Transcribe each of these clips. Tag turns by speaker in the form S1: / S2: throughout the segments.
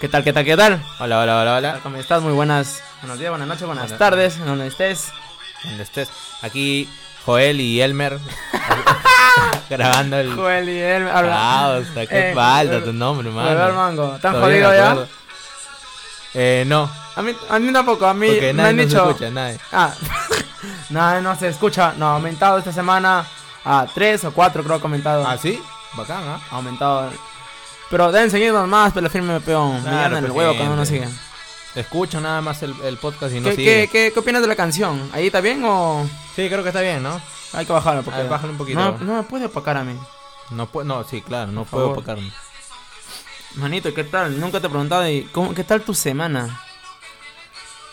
S1: ¿Qué tal, qué tal, qué tal? Hola, hola, hola, hola. ¿Cómo estás? Muy buenas. Buenos días, buenas noches, buenas
S2: Buenas-
S1: tardes, en donde estés.
S2: Donde estés. Aquí Joel y Elmer grabando el.
S1: Joel y Elmer. habla-
S2: Ah, o sea, qué
S1: Eh,
S2: falta
S1: eh,
S2: tu nombre,
S1: Joel
S2: mano.
S1: Mango. ¿Tan
S2: Todavía
S1: jodido
S2: me
S1: ya?
S2: acuerdo. Eh, no.
S1: A mí, a mí tampoco, a mí
S2: Porque
S1: me
S2: nadie
S1: han
S2: nos
S1: dicho.
S2: escucha, nadie.
S1: Ah, nada, no se escucha. No, ha aumentado esta semana a tres o cuatro, creo que ha aumentado.
S2: ¿Ah, sí? Bacán, ¿ah?
S1: Ha aumentado. Pero deben seguirnos más, pero firme, peón. Me
S2: Claro,
S1: llenan el
S2: pues,
S1: huevo cuando no
S2: gente.
S1: siguen.
S2: Escucho nada más el, el podcast y no
S1: ¿Qué, qué,
S2: sigue.
S1: qué, qué opinas de la canción? ¿Ahí está bien o
S2: Sí, creo que está bien, ¿no?
S1: hay que bajarla?
S2: A
S1: Porque
S2: ver, bájale un poquito.
S1: No, no me puede opacar a mí.
S2: No, puedo, no sí, claro, no
S1: Por
S2: puedo
S1: favor.
S2: opacarme.
S1: Manito, ¿qué tal? Nunca te he preguntado, ¿y cómo, ¿qué tal tu semana?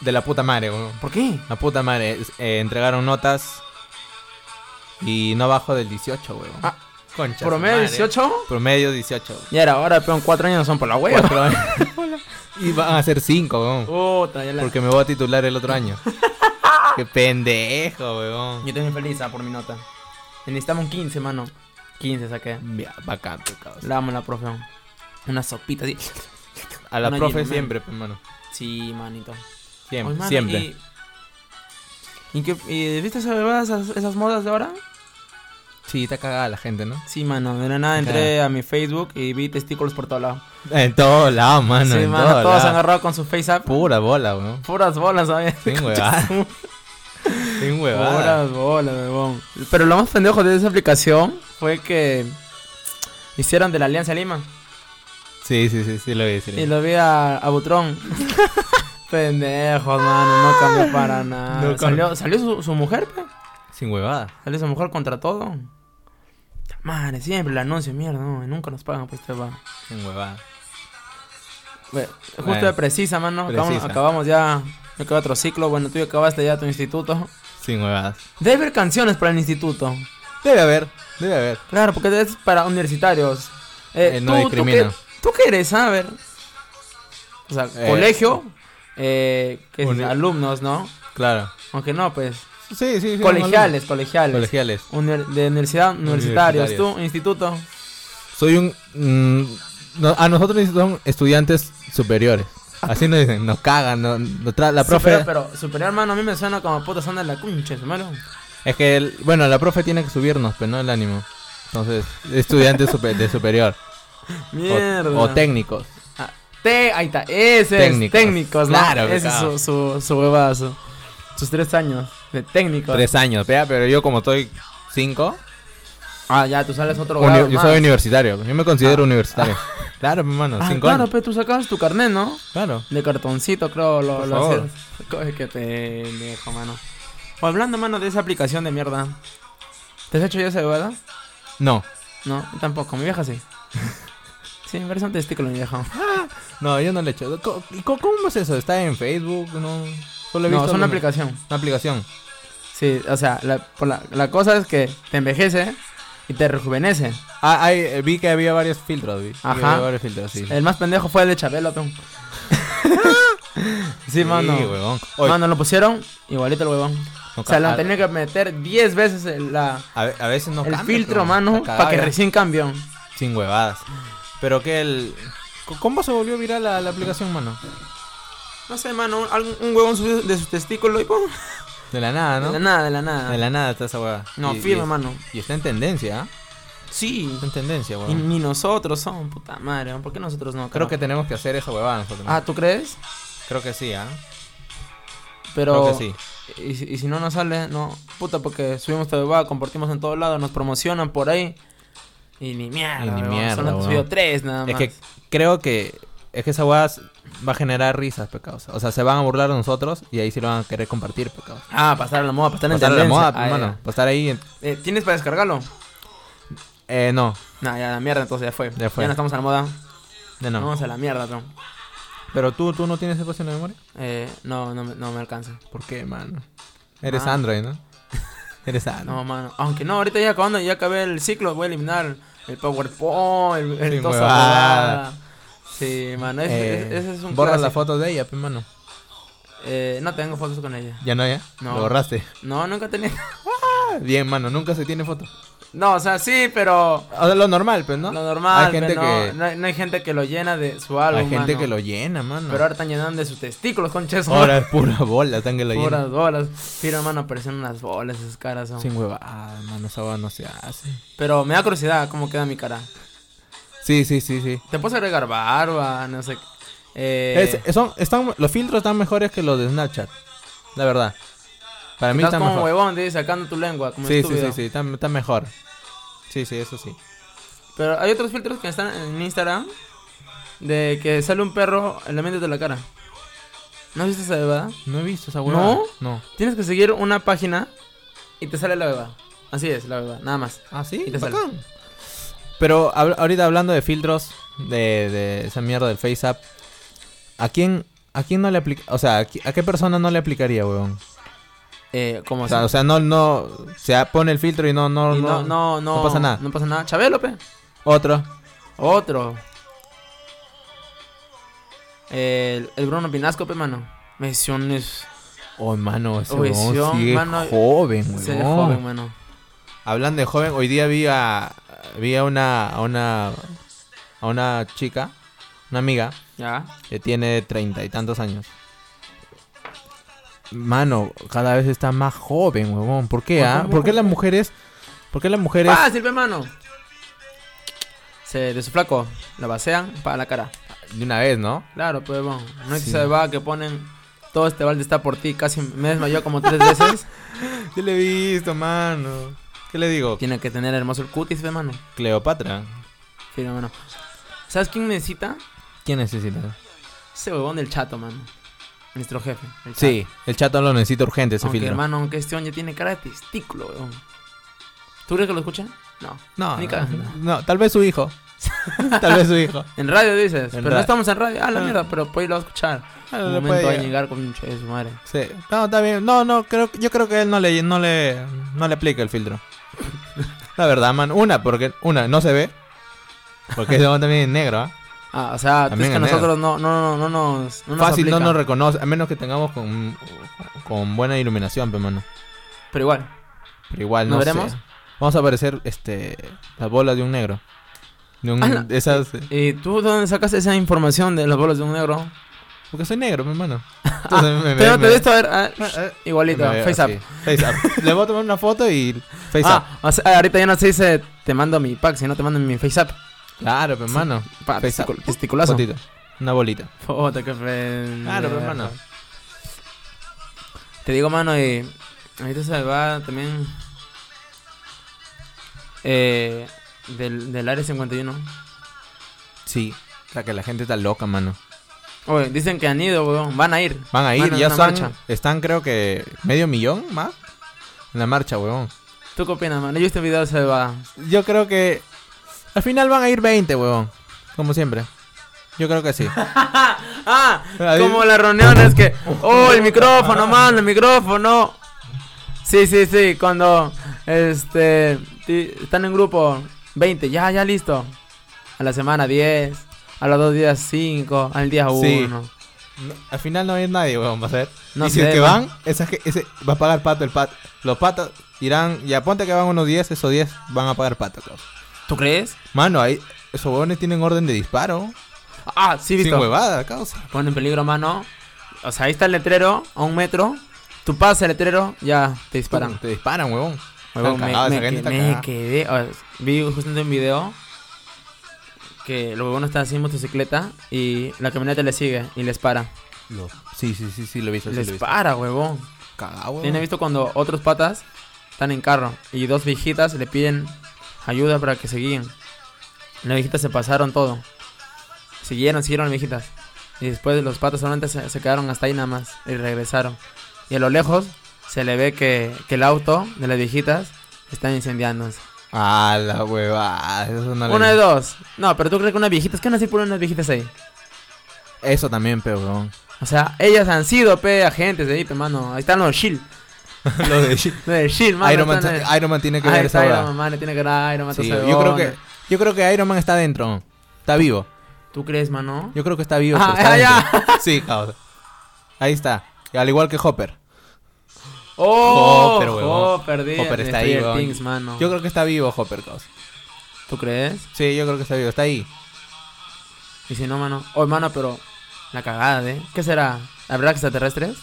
S2: De la puta madre, weón.
S1: ¿Por qué?
S2: La puta madre. es- eh, entregaron notas. Y no bajo del 18, weón.
S1: Ah,
S2: concha. su
S1: ¿Promedio
S2: madre.
S1: 18?
S2: Promedio 18, weón.
S1: Ya era, ahora, peón, cuatro años no son por la hueva.
S2: Cuatro años. y van a ser cinco, weón.
S1: Puta, ya la-
S2: Porque me voy a titular el otro año. Qué pendejo, weón.
S1: Yo estoy muy feliz ah, por mi nota. Necesitamos un 15, mano. 15 saqué.
S2: Ya, bacán, tu causa.
S1: La amo la profe. man. Una sopita así.
S2: A la
S1: Una
S2: profe
S1: llena,
S2: siempre, hermano.
S1: Sí, manito.
S2: Siempre,
S1: Oye, mano,
S2: siempre.
S1: ¿Y, ¿y qué, y viste esas, huevadas, esas, esas modas de ahora?
S2: Sí, está cagada la gente, ¿no?
S1: Sí, mano. De la nada entré a mi Facebook y vi testículos por todos lados.
S2: En todos lados, mano.
S1: sí,
S2: en
S1: mano.
S2: todos
S1: Todos
S2: lados.
S1: agarrados con su face up.
S2: Pura bola, weón.
S1: Puras bolas, ¿sabes?
S2: Sin huevada. Sin huevada.
S1: Puras bolas, huevón. Pero lo más pendejo de esa aplicación fue que hicieron de la Alianza Lima.
S2: Sí, sí, sí, sí, lo vi. sí lo vi.
S1: Y lo vi a, a Butrón. Pendejos, mano, no cambió para nada.
S2: No cambió.
S1: salió salió su, su mujer, pe.
S2: Sin huevada.
S1: Salió su mujer contra todo. Madre, siempre el anuncio, mierda, no, y nunca nos pagan, pues te va.
S2: Sin huevada.
S1: Bueno, Justo
S2: Bueno.
S1: de precisa, mano. Acabamos,
S2: Eh, Precisa.
S1: acabamos ya. Yo acabé otro ciclo. Bueno, tú ya acabaste ya tu instituto.
S2: Sin huevadas.
S1: Debe haber canciones para el instituto.
S2: Debe haber, debe haber.
S1: Claro, porque es para universitarios.
S2: Eh, no discrimina.
S1: qué, ¿Tú qué eres? A ver. O sea,
S2: Eh,
S1: colegio, eh, que es
S2: uni-
S1: alumnos, ¿no?
S2: Claro.
S1: Aunque no, pues.
S2: Sí, sí, sí.
S1: colegiales, colegiales.
S2: Colegiales.
S1: Uni- de universidad, universitarios. Tú, instituto.
S2: Soy un... mm, no- a nosotros son estudiantes superiores. Así nos dicen, nos cagan, no- no tra- la profe...
S1: Superior, Ah. pero superior, hermano, a mí me suena como puta son de la cuncha, hermano.
S2: Es que, el- bueno, la profe tiene que subirnos, pero no el ánimo. Entonces, estudiantes super- de superior. O,
S1: Mierda.
S2: o técnicos.
S1: Ah, te- ahí está, ese técnicos,
S2: Técnicos.
S1: técnicos ¿no?
S2: Claro,
S1: Ese es
S2: claro.
S1: su, su, su huevazo. Sus tres años de técnicos.
S2: Tres años, vea, pero yo como estoy cinco,
S1: Ah, ya, tú sales otro
S2: uni-
S1: grado
S2: yo
S1: más.
S2: soy universitario. Yo me considero
S1: Ah.
S2: universitario. Claro, hermano,
S1: Ah,
S2: cinco
S1: claro,
S2: años.
S1: pero tú sacabas tu carnet, ¿no?
S2: Claro.
S1: De cartoncito, creo, lo,
S2: Por
S1: lo
S2: favor.
S1: hacías. Coge que te dejo, mano. O hablando, mano, de esa aplicación de mierda. ¿Te has hecho ya esa huevada?
S2: No,
S1: No, tampoco, mi vieja sí. sí, me parece un testículo, mi vieja.
S2: no, yo no le he hecho. Co- co- ¿Cómo, es eso? ¿Está en Facebook? No, solo he
S1: No,
S2: visto
S1: es una
S2: lo-
S1: aplicación.
S2: una aplicación.
S1: Sí, o sea, la, por la, la cosa es que te envejece y te rejuvenece.
S2: Ah, hay- eh, vi que había varios filtros. Vi, vi que
S1: Ajá.
S2: había varios filtros, sí.
S1: El más pendejo fue el de Chabelo, peón. sí, mano.
S2: huevón. Oye,
S1: Mano, lo pusieron igualito el huevón.
S2: no
S1: O sea,
S2: ca-
S1: lo
S2: a-
S1: han tenido que meter 10 veces el- la,
S2: a, ve- a veces no
S1: el
S2: cambia,
S1: filtro,
S2: pero
S1: mano,
S2: está
S1: para que
S2: cagada.
S1: recién cambien.
S2: Sin huevadas. Pero que el. c- ¿Cómo se volvió viral la, la aplicación, mano?
S1: No sé, mano, un, algún- un huevón subió de sus testículos y pum.
S2: De la nada, ¿no?
S1: De la nada, ¿Ah, de la nada.
S2: De la nada está esa huevada.
S1: No,
S2: Y-
S1: firme,
S2: y-
S1: mano.
S2: Y está en tendencia, ¿ah?
S1: Sí.
S2: Está en tendencia,
S1: Y
S2: huevón.
S1: ni nosotros son, puta madre. ¿Por qué nosotros no?
S2: Creo que
S1: carajo?
S2: tenemos que hacer esa huevada nosotros.
S1: Ah, ¿tú crees?
S2: Creo que sí, ¿ah?
S1: Pero.
S2: Creo que sí.
S1: Y, si- y si no nos sale, no. Puta, porque subimos esta bebada, compartimos en todos lados, nos promocionan por ahí. Y ni mierda.
S2: Y ni
S1: weón,
S2: mierda,
S1: Solo han
S2: weón.
S1: subido tres nada más.
S2: Es que creo que. Es que esa huevada s- va a generar risas, pecados. O sea, se van a burlar de nosotros y ahí sí lo van a querer compartir, pecados.
S1: Ah, pasar a la moda, pasar, en
S2: Pasar a la
S1: tendencia.
S2: moda, pues,
S1: Ah,
S2: mano. Pasar ahí. en-
S1: ya. Eh, ¿Tienes para descargarlo?
S2: Eh, no.
S1: Nah, ya la mierda, entonces ya fue.
S2: Ya fue.
S1: no estamos a la moda.
S2: de no.
S1: Vamos a la mierda, tron.
S2: Pero tú, tú no tienes espacio en la memoria.
S1: Eh, no, no, me- no me alcanza.
S2: ¿Por qué, mano? Eres
S1: Mano.
S2: Android, ¿no? Eres Android.
S1: Ah. No, mano. Aunque no, ahorita ya acabando, ya acabé el ciclo, voy a eliminar el PowerPoint, el, el
S2: Sin
S1: toda esa
S2: huevada.
S1: huevada. Sí, mano, es-
S2: Eh,
S1: es- ese es un
S2: Borra la
S1: clásico.
S2: foto de ella, pe, mano.
S1: Eh, no tengo fotos con ella.
S2: Ya no, ya.
S1: No.
S2: Lo borraste.
S1: No, nunca he tenido.
S2: Ah, Bien, mano. Nunca se tiene foto.
S1: No, o sea, sí, pero
S2: O sea, lo normal, pues, ¿no?
S1: lo normal.
S2: Hay gente
S1: pero no,
S2: que...
S1: no hay, no hay gente que lo llena de su alma.
S2: hay gente que lo llena, mano.
S1: Pero ahora están llenando de sus testículos, conches.
S2: Ahora es pura bola, están que lo
S1: Puras
S2: llenan.
S1: bolas. Sí, hermano, aparecen unas bolas, esas caras son.
S2: Sin hueva. Ah, mano, esa hueva no se hace.
S1: Pero me da curiosidad cómo queda mi cara.
S2: Sí, sí, sí, sí.
S1: Te puedes agregar barba, no sé. Eh,
S2: Es- son, están, los filtros están mejores que los de Snapchat. La verdad. Para mí
S1: estás
S2: están
S1: como
S2: mejor.
S1: huevón, dice, sacando tu lengua, como
S2: Sí, sí,
S1: estúpido.
S2: sí, sí, están, están mejor. Sí, sí, eso sí.
S1: Pero hay otros filtros que están en Instagram de que sale un perro en la mente de la cara. ¿No has visto esa bebada?
S2: No he visto esa hueva.
S1: ¿No?
S2: No.
S1: Tienes que seguir una página y te sale la bebada. Así es, la bebada, nada más.
S2: Ah, sí,
S1: Y te sale.
S2: Bacán. Pero hab- ahorita hablando de filtros, de, de esa mierda del FaceApp, ¿a quién, ¿a quién no le aplica? O sea, ¿a qui- ¿a qué persona no le aplicaría, huevón?
S1: Eh, como
S2: O sea, o sea, no, no, o sea, pone el filtro y no, no,
S1: y no,
S2: no,
S1: no, no,
S2: no pasa nada.
S1: No pasa nada. Chabelo, pe.
S2: Otro.
S1: Otro. El, el Bruno Pinasco, pe, mano. Menciones.
S2: Oh, mano, ese
S1: Uy,
S2: huevón
S1: sí, oh,
S2: sigue
S1: mano,
S2: joven,
S1: Se ve
S2: huevón.
S1: joven, mano.
S2: Hablando de joven, hoy día vi a, vi a una, a una, a una chica, una amiga,
S1: Ya.
S2: que tiene treinta y tantos años. Mano, cada vez está más joven, huevón. ¿Por qué, ah?
S1: ¿Cómo,
S2: ¿Por qué
S1: cómo?
S2: las mujeres, por qué las mujeres...
S1: Fácil, pe, Ah, mano. Se, de su flaco. La basean para la cara.
S2: De una vez, ¿no?
S1: Claro, pues, bueno. No hay que
S2: Sí.
S1: saber va, que ponen. Todo este balde está por ti. Casi me desmayó como tres veces.
S2: Yo le he visto, mano. ¿Qué le digo?
S1: Tiene que tener hermoso el cutis, pe, mano.
S2: Cleopatra.
S1: Sí, mano. ¿Sabes quién necesita?
S2: ¿Quién necesita?
S1: Ese huevón del chato, mano. Nuestro jefe. el chato.
S2: Sí, el chato lo necesita urgente, ese
S1: aunque,
S2: filtro.
S1: hermano, aunque este hombre tiene cara de testículo, weón. ¿Tú crees que lo escuchan? No.
S2: No,
S1: Ni
S2: no,
S1: cagando.
S2: no, tal vez su hijo. tal vez su hijo.
S1: En radio dices,
S2: En
S1: pero
S2: ra-
S1: no estamos en radio. Ah, la
S2: Ah.
S1: mierda, pero pues lo va a escuchar.
S2: Ah,
S1: Un
S2: le puede
S1: momento va a
S2: llegar.
S1: llegar con che, su madre.
S2: Sí. No, está bien. No, no, creo, yo creo que él no le, no le, no le aplica el filtro. La verdad, man. Una, porque, una, no se ve. Porque ese man también es negro, ¿ah?
S1: Ah, o sea, tú es
S2: También
S1: que
S2: en
S1: nosotros no, no, no, no nos. No nos
S2: Fácil, no
S1: aplica.
S2: nos reconoce. A menos que tengamos con, con buena iluminación, pero, mano.
S1: Pero igual,
S2: Pero igual, no
S1: ¿Nos
S2: sé.
S1: veremos?
S2: Vamos a aparecer, este, las bolas de un negro. De un,
S1: Ala.
S2: de esas...
S1: ¿y
S2: eh,
S1: tú dónde sacas esa información de los bolos de un negro?
S2: Porque soy negro, mi hermano. Entonces me- me-
S1: pero
S2: me-
S1: te viste a ver. ah,
S2: eh,
S1: igualito,
S2: me-
S1: face
S2: así,
S1: up.
S2: Face up. Le voy a tomar una foto y face up.
S1: Ah, o sea, ahorita ya no se dice te mando mi pack, sino te mando mi face up.
S2: Claro, mi hermano.
S1: Pa,
S2: Face up.
S1: testicul- testiculazo.
S2: Fotito. Una bolita.
S1: Puta, qué fe-
S2: Claro, pero hermano.
S1: Te digo, mano, y ahorita se va también eh, del, del área 51.
S2: Sí. O sea, que la gente está loca, mano.
S1: Oye, dicen que han ido, weón. Van a ir.
S2: Van a ir,
S1: Mano,
S2: ya
S1: una
S2: están,
S1: marcha.
S2: están creo que medio millón más en la marcha, huevón.
S1: ¿Tú qué opinas, mano? Yo he visto el video de esa huevada.
S2: Yo creo que al final van a ir 20, huevón. Como siempre. Yo creo que sí.
S1: Ah,
S2: Ahí-
S1: como las reuniones que. Oh, el micrófono, mano, el micrófono. Sí, sí, sí. Cuando este ti- están en grupo 20, ya, ya listo. A la semana 10, a los dos días 5, al día
S2: Sí.
S1: 1.
S2: No, al final no va a ir nadie, huevón, va a ser.
S1: No
S2: y si
S1: sé,
S2: es que
S1: man.
S2: van, esa ge- ese va a pagar pato el pato. Los patos irán, ya ponte que van unos 10, esos 10 van a pagar pato, creo.
S1: ¿Tú crees?
S2: Mano, ahí, esos huevones tienen orden de disparo.
S1: Ah, sí,
S2: Sin
S1: visto.
S2: huevada, causa.
S1: Pone en peligro, mano. O sea, ahí está el letrero a un metro. Tú pasas el letrero, ya te disparan.
S2: Te disparan, huevón.
S1: Huevón,
S2: Están
S1: me,
S2: cagados,
S1: me
S2: esa gente
S1: que-
S2: está
S1: me
S2: cagada.
S1: quedé. o sea, vi justamente un video que el huevón está así en motocicleta y la camioneta le sigue y les para.
S2: Lo- Sí, sí, sí, sí, lo he visto, sí,
S1: les
S2: lo he visto. Oh.
S1: para, huevón.
S2: Cagado, huevón.
S1: ¿Tiene visto cuando otros patas están en carro y dos viejitas le piden ayuda para que se guíen? Las viejitas se pasaron todo. Siguieron, siguieron las viejitas. Y después los patas solamente se, se quedaron hasta ahí nada más y regresaron. Y a lo lejos se le ve que, que el auto de las viejitas está incendiándose.
S2: Ah, la huevada. Eso, no le-
S1: Una de dos. No, pero tú crees que unas viejitas, ¿qué van a hacer por unas viejitas ahí?
S2: Eso también, pero huevón.
S1: O sea, ellas han sido, pe, agentes de ahí, pe, mano. Ahí están los Shield.
S2: Lo de Iron
S1: Los de Shield, mano.
S2: Man,
S1: están en-
S2: Iron Man tiene que
S1: Ahí
S2: ver esa
S1: está Iron
S2: huevada.
S1: Man, mano, tiene que ver Iron Man.
S2: Sí,
S1: todo
S2: yo creo que
S1: huevón.
S2: yo creo que Iron Man está dentro. Está vivo.
S1: ¿Tú crees, mano?
S2: Yo creo que está vivo.
S1: Ah,
S2: pero está
S1: ah, ya.
S2: dentro. Sí, causa. Ahí está. Al igual que Hopper.
S1: ¡Oh!
S2: Hopper, huevón.
S1: Hopper, de-
S2: Hopper
S1: de
S2: está ahí,
S1: Stranger
S2: huevón.
S1: Things, mano.
S2: Yo creo que está vivo Hopper Cos.
S1: ¿Tú crees?
S2: Sí, yo creo que está vivo, está ahí.
S1: Y si no, mano. Oh, mano, pero la cagada, ¿eh? ¿Qué será? ¿Habrá extraterrestres?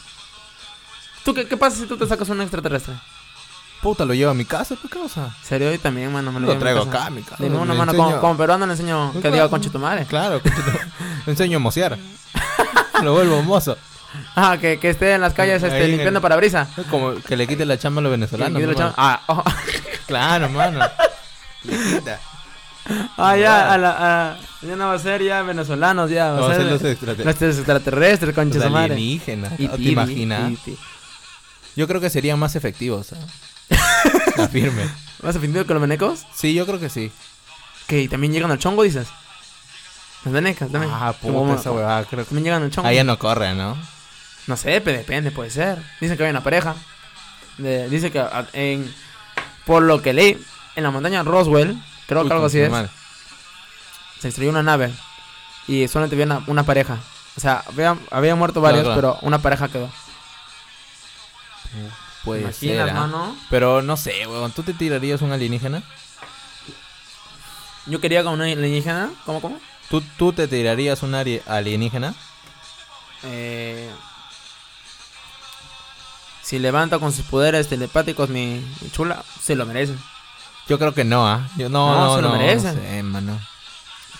S1: ¿Tú qué, qué pasa si tú te sacas un extraterrestre?
S2: Puta, lo llevo a mi casa, ¿qué cosa?
S1: ¿Serio? Yo también, mano. Me lo, llevo
S2: Lo
S1: a mi
S2: traigo
S1: casa.
S2: acá, a mi casa.
S1: Dime una
S2: le
S1: mano,
S2: enseño-
S1: como, como peruano le enseño que diga concha tu madre.
S2: Claro, concha tu- le enseño a mocear. lo vuelvo mozo.
S1: Ah, que, que esté en las calles
S2: Ahí
S1: este,
S2: en el-
S1: limpiando parabrisas.
S2: Como que le quite la chamba a los
S1: Que
S2: venezolanos.
S1: le
S2: ¿no,
S1: echamos-
S2: mano?
S1: Ah, oh.
S2: Claro, mano. Le quita.
S1: Ah, ya,
S2: Wow.
S1: a la, a- ya no va a ser ya venezolanos, ya. Va
S2: Vamos
S1: a ser
S2: los extraterrestres.
S1: nuestros extraterrestres, concha
S2: Los
S1: su madre.
S2: alienígenas.
S1: Y
S2: ¿no? ¿Te
S1: tiri,
S2: imaginas?
S1: y ti-
S2: Yo creo que serían más efectivos. ¿ah? Afirme.
S1: ¿Más ofendido que los venecos?
S2: Sí, yo creo que sí.
S1: Que también llegan al chongo, dices. Las venecas también.
S2: Ah,
S1: Como- como-
S2: puta, esa huevada. Creo que...
S1: También llegan al chongo.
S2: Ah, ya no corre, ¿no?
S1: No sé, pero depende, puede ser. Dicen que hay una pareja. De- dice que a- en. Por lo que leí, en la montaña Roswell, creo que
S2: Puta,
S1: algo así
S2: su
S1: es.
S2: madre.
S1: se estrelló una nave y solamente había una, una pareja. O sea, había- habían muerto varios,
S2: Claro,
S1: pero una pareja quedó.
S2: Puede
S1: Imaginas,
S2: ser, ¿ah?
S1: mano?
S2: Pero no sé, weón. ¿Tú te tirarías un alienígena?
S1: Yo quería con una alienígena. ¿Cómo, cómo?
S2: ¿Tú, tú te tirarías un ari- alienígena?
S1: Eh, si levanta con sus poderes telepáticos mi, mi chula, se lo merece.
S2: Yo creo que no, ¿ah? Yo no,
S1: No,
S2: no,
S1: se lo
S2: no,
S1: merecen.
S2: no sé, mano.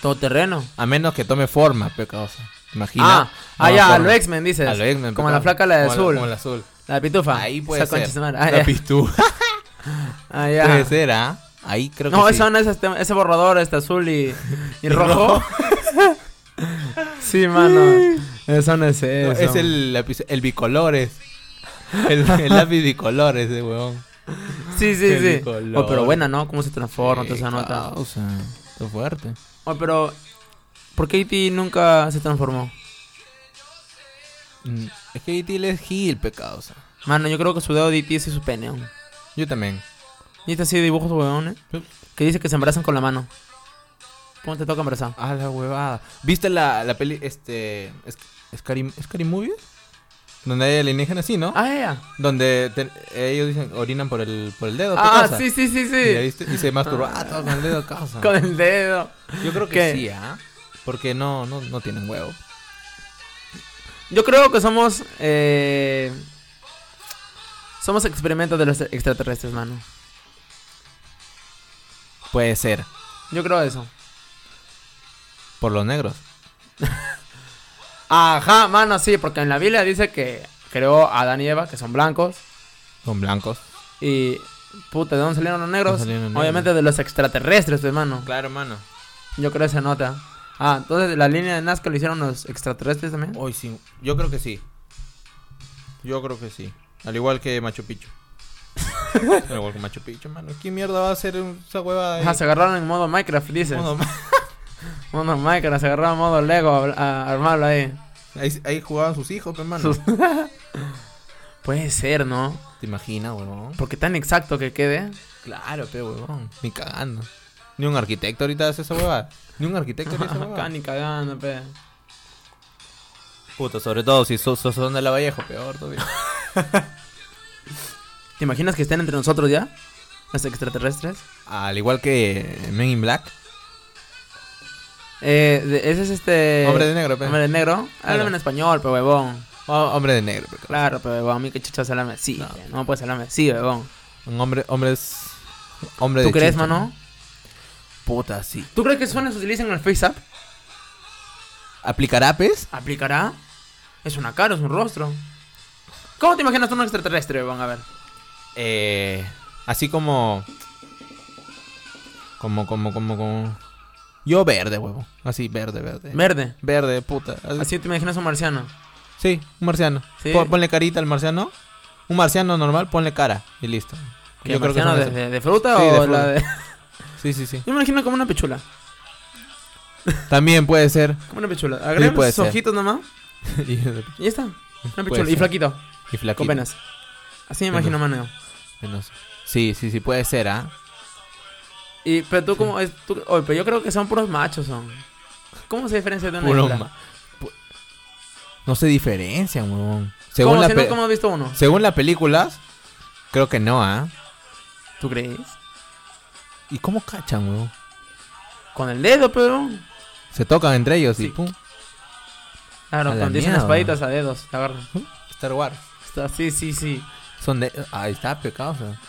S1: Todo terreno.
S2: A menos que tome forma, pecadosa. Imagina.
S1: Ah, ah,
S2: No,
S1: ya, a
S2: forma.
S1: lo X-Men dices.
S2: A lo X-Men,
S1: Como
S2: pecado.
S1: la flaca, la de
S2: Como
S1: azul.
S2: Como la azul.
S1: La pitufa.
S2: Ahí puede
S1: Esa concha
S2: ser.
S1: su madre. Ah,
S2: La
S1: ya.
S2: pistuja.
S1: Ah, ya.
S2: Puede ser, ¿ah? Ahí creo que
S1: No,
S2: sí.
S1: esa onda, ese, tema- ese borrador, este azul y, y
S2: Y
S1: rojo.
S2: rojo.
S1: sí, mano. Eso no es
S2: No,
S1: eso.
S2: es el, lápiz- el bicolores. El, el lápiz bicolores, ese weón.
S1: Sí, sí,
S2: el
S1: sí.
S2: bicolor.
S1: Oh, pero buena, ¿no? ¿Cómo se transforma toda esa nota?
S2: Causa, Está fuerte.
S1: Oh, pero... ¿Por qué E.T. nunca se transformó?
S2: Mm, Es que E.T. es Gil, pecadosa.
S1: Mano, yo creo que su dedo de E.T. es su pene. aún.
S2: Yo también.
S1: ¿Y este así de dibujos, weón?
S2: Sí.
S1: Que dice que se embarazan con la mano. ¿Cómo te toca embarazar?
S2: Ah, la huevada. ¿Viste la, la peli, este, es- Scary, Scary Movie? Donde hay alienígenas, sí, ¿no?
S1: Ah, ya.
S2: Donde te- ellos dicen, orinan por el, por el dedo. ¿qué
S1: Ah,
S2: cosa?
S1: sí, sí, sí,
S2: Y, ahí
S1: sí.
S2: se- y se masturba ah, todo con el dedo, causa.
S1: Con el dedo.
S2: Yo creo que
S1: ¿Qué?
S2: sí, ¿ah? Porque no, no, no tienen huevo.
S1: Yo creo que somos... Eh... Somos experimentos de los extraterrestres, mano.
S2: Puede ser.
S1: Yo creo eso.
S2: Por los negros.
S1: Ajá, mano, sí, porque en la Biblia dice que creó a Adán y Eva, que son blancos,
S2: Son blancos.
S1: y puta, ¿de dónde salieron los negros?
S2: ¿Dónde salieron los
S1: Obviamente de los extraterrestres, hermano.
S2: Claro, hermano.
S1: Yo creo esa nota. Ah, entonces la línea de Nazca lo hicieron los extraterrestres también.
S2: Hoy sí. Yo creo que sí. Yo creo que sí. Al igual que Machu Picchu. Al igual que Machu Picchu, mano. ¿Qué mierda va a hacer esa huevada ahí?
S1: Ajá, se agarraron en modo Minecraft, dices.
S2: Mono,
S1: Modo,
S2: ma-
S1: Minecraft, se agarraron en modo Lego a, a armarlo ahí.
S2: ahí, ahí jugaban sus hijos, pues, hermano.
S1: Sus- Puede ser, ¿no?
S2: ¿Te imaginas, huevón?
S1: Porque tan exacto que quede.
S2: Claro, pero huevón. Ni cagando. Ni un arquitecto ahorita hace esa huevada. Ni un arquitecto haría esa
S1: Acá
S2: huevada.
S1: ni cagando, pe.
S2: Puta, sobre todo si sos, sos de la Vallejo, peor todavía.
S1: ¿Te imaginas que estén entre nosotros ya? Los extraterrestres.
S2: Al igual que Men in Black.
S1: Eh, de- ese es este.
S2: hombre de negro, pe.
S1: Hombre de negro. Háblame en español, pe huevón.
S2: Oh, hombre de negro, pe.
S1: Claro, pe huevón. A mí que chuchas háblame así.
S2: No.
S1: pe. No, me puedes hablarme así, huevón.
S2: Un hombre, hombres. Hombre
S1: ¿Tú
S2: de
S1: crees,
S2: chincha.
S1: mano?
S2: Puta, sí.
S1: ¿Tú crees que eso se utilicen en el FaceApp?
S2: ¿Aplicará, pues, pez?
S1: ¿Aplicará? Es una cara, es un rostro. ¿Cómo te imaginas tú un extraterrestre, huevón? A ver.
S2: Eh, así como. Como, como, como, como. Yo verde, huevo. Así, verde, verde.
S1: Verde.
S2: verde, puta. Así-
S1: Así te imaginas un marciano.
S2: Sí, un marciano.
S1: Sí.
S2: Pon- ponle carita al marciano. Un marciano normal, ponle cara y listo.
S1: ¿Qué,
S2: Yo creo que
S1: marciano
S2: son
S1: de,
S2: esos.
S1: de- de fruta o
S2: Sí, de
S1: la
S2: fruta.
S1: de.?
S2: Sí, sí, sí.
S1: Yo me imagino como una pechula.
S2: También puede ser.
S1: Como una pechula. Agrega
S2: puede
S1: sus
S2: ser.
S1: ojitos nomás.
S2: y
S1: Y ya está. Una
S2: Puede
S1: pechula. Y
S2: ser.
S1: flaquito.
S2: y flaquito.
S1: Con venas. Así me imagino, mano.
S2: Menos. Sí, sí, sí, puede ser, ¿ah?
S1: Y, pero tú como es, tú, oye, pero yo creo que son puros machos son. ¿Cómo se diferencia de una
S2: Puro
S1: hembra?
S2: ma- pu- No se diferencian,
S1: ¿Cómo,
S2: huevón. Según la
S1: si no,
S2: pe-
S1: ¿Cómo has visto uno?
S2: Según las películas, Creo que no, ¿ah?
S1: ¿Tú crees?
S2: ¿Y cómo cachan, weón?
S1: Con el dedo, pero.
S2: Se tocan entre ellos y
S1: Sí.
S2: pum.
S1: Claro,
S2: A la
S1: cuando dicen
S2: mierda.
S1: espaditas a dedos, la agarran.
S2: Star Wars.
S1: Está- Sí, sí, sí.
S2: Son de. Ahí está, ¿eh? pecado. o sea.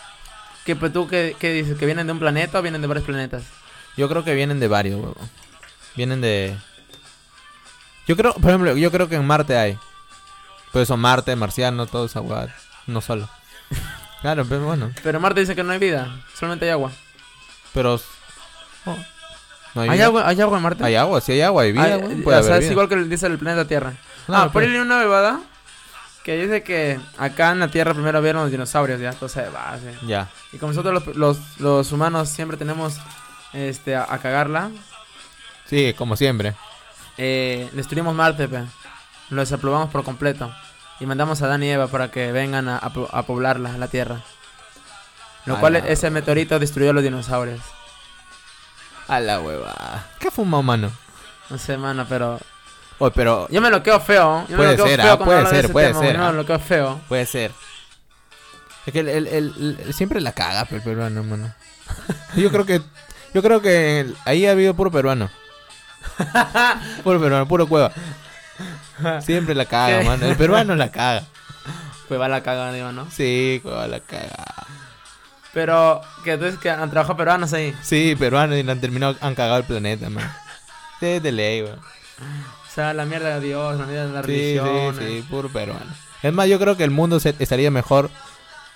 S1: ¿Qué, pues, ¿Tú qué, qué dices? ¿Que vienen de un planeta o vienen de varios planetas?
S2: Yo creo que vienen de varios, weón. Vienen de. Yo creo, por ejemplo, yo creo que en Marte hay. Por eso Marte, marciano, todo esa weá. No solo. Claro, pero bueno.
S1: Pero Marte dice que no hay vida, solamente hay agua.
S2: Pero. oh, no
S1: ¿Hay,
S2: hay, Ah, vida.
S1: agua, ¿hay agua en Marte?
S2: Hay agua, si hay agua, hay vida.
S1: Hay-
S2: weón,
S1: eh,
S2: puede
S1: o sea,
S2: haber
S1: es
S2: vida. pues.
S1: igual que el- dice el planeta Tierra.
S2: Claro,
S1: ah,
S2: pero-
S1: ponle una bebada que dice que acá en la Tierra primero vieron los dinosaurios, ya, cosa de base.
S2: Ya.
S1: Y como nosotros los, los- los humanos siempre tenemos este, a, a cagarla,
S2: Sí, como siempre.
S1: eh, destruimos Marte, pe. Lo desaprobamos por completo. Y mandamos a Dan y Eva para que vengan a, a po- a poblarla, la Tierra. Lo
S2: A
S1: cual
S2: la
S1: ese meteorito destruyó a los dinosaurios.
S2: A la hueva. ¿Qué fuma, mano?
S1: No sé, mano, pero...
S2: Oye, pero.
S1: Yo me lo quedo feo. Yo me
S2: Puede
S1: lo quedo
S2: ser,
S1: feo
S2: ah,
S1: cuando
S2: puede
S1: hablo de
S2: ser,
S1: ese
S2: puede
S1: tema,
S2: ser,
S1: No,
S2: ah.
S1: lo quedo feo.
S2: Puede ser. Es que el, el- el- el- siempre la caga pe, el peruano, mano. Yo creo que. Yo creo que el- ahí ha habido puro peruano. Puro peruano, puro cueva. Siempre la caga,
S1: Sí.
S2: mano. El peruano la caga.
S1: Pues va la cagada, digo, ¿no?
S2: Sí, cueva la caga.
S1: Pero que entonces que han trabajado peruanos ahí.
S2: Sí, peruanos y la han terminado, han cagado el planeta, mano. Sí, de ley, weón.
S1: O sea, la mierda de Dios, la mierda de la
S2: Sí, Eh,
S1: religión.
S2: sí, sí, puro peruano. Es más, yo creo que el mundo se- estaría mejor.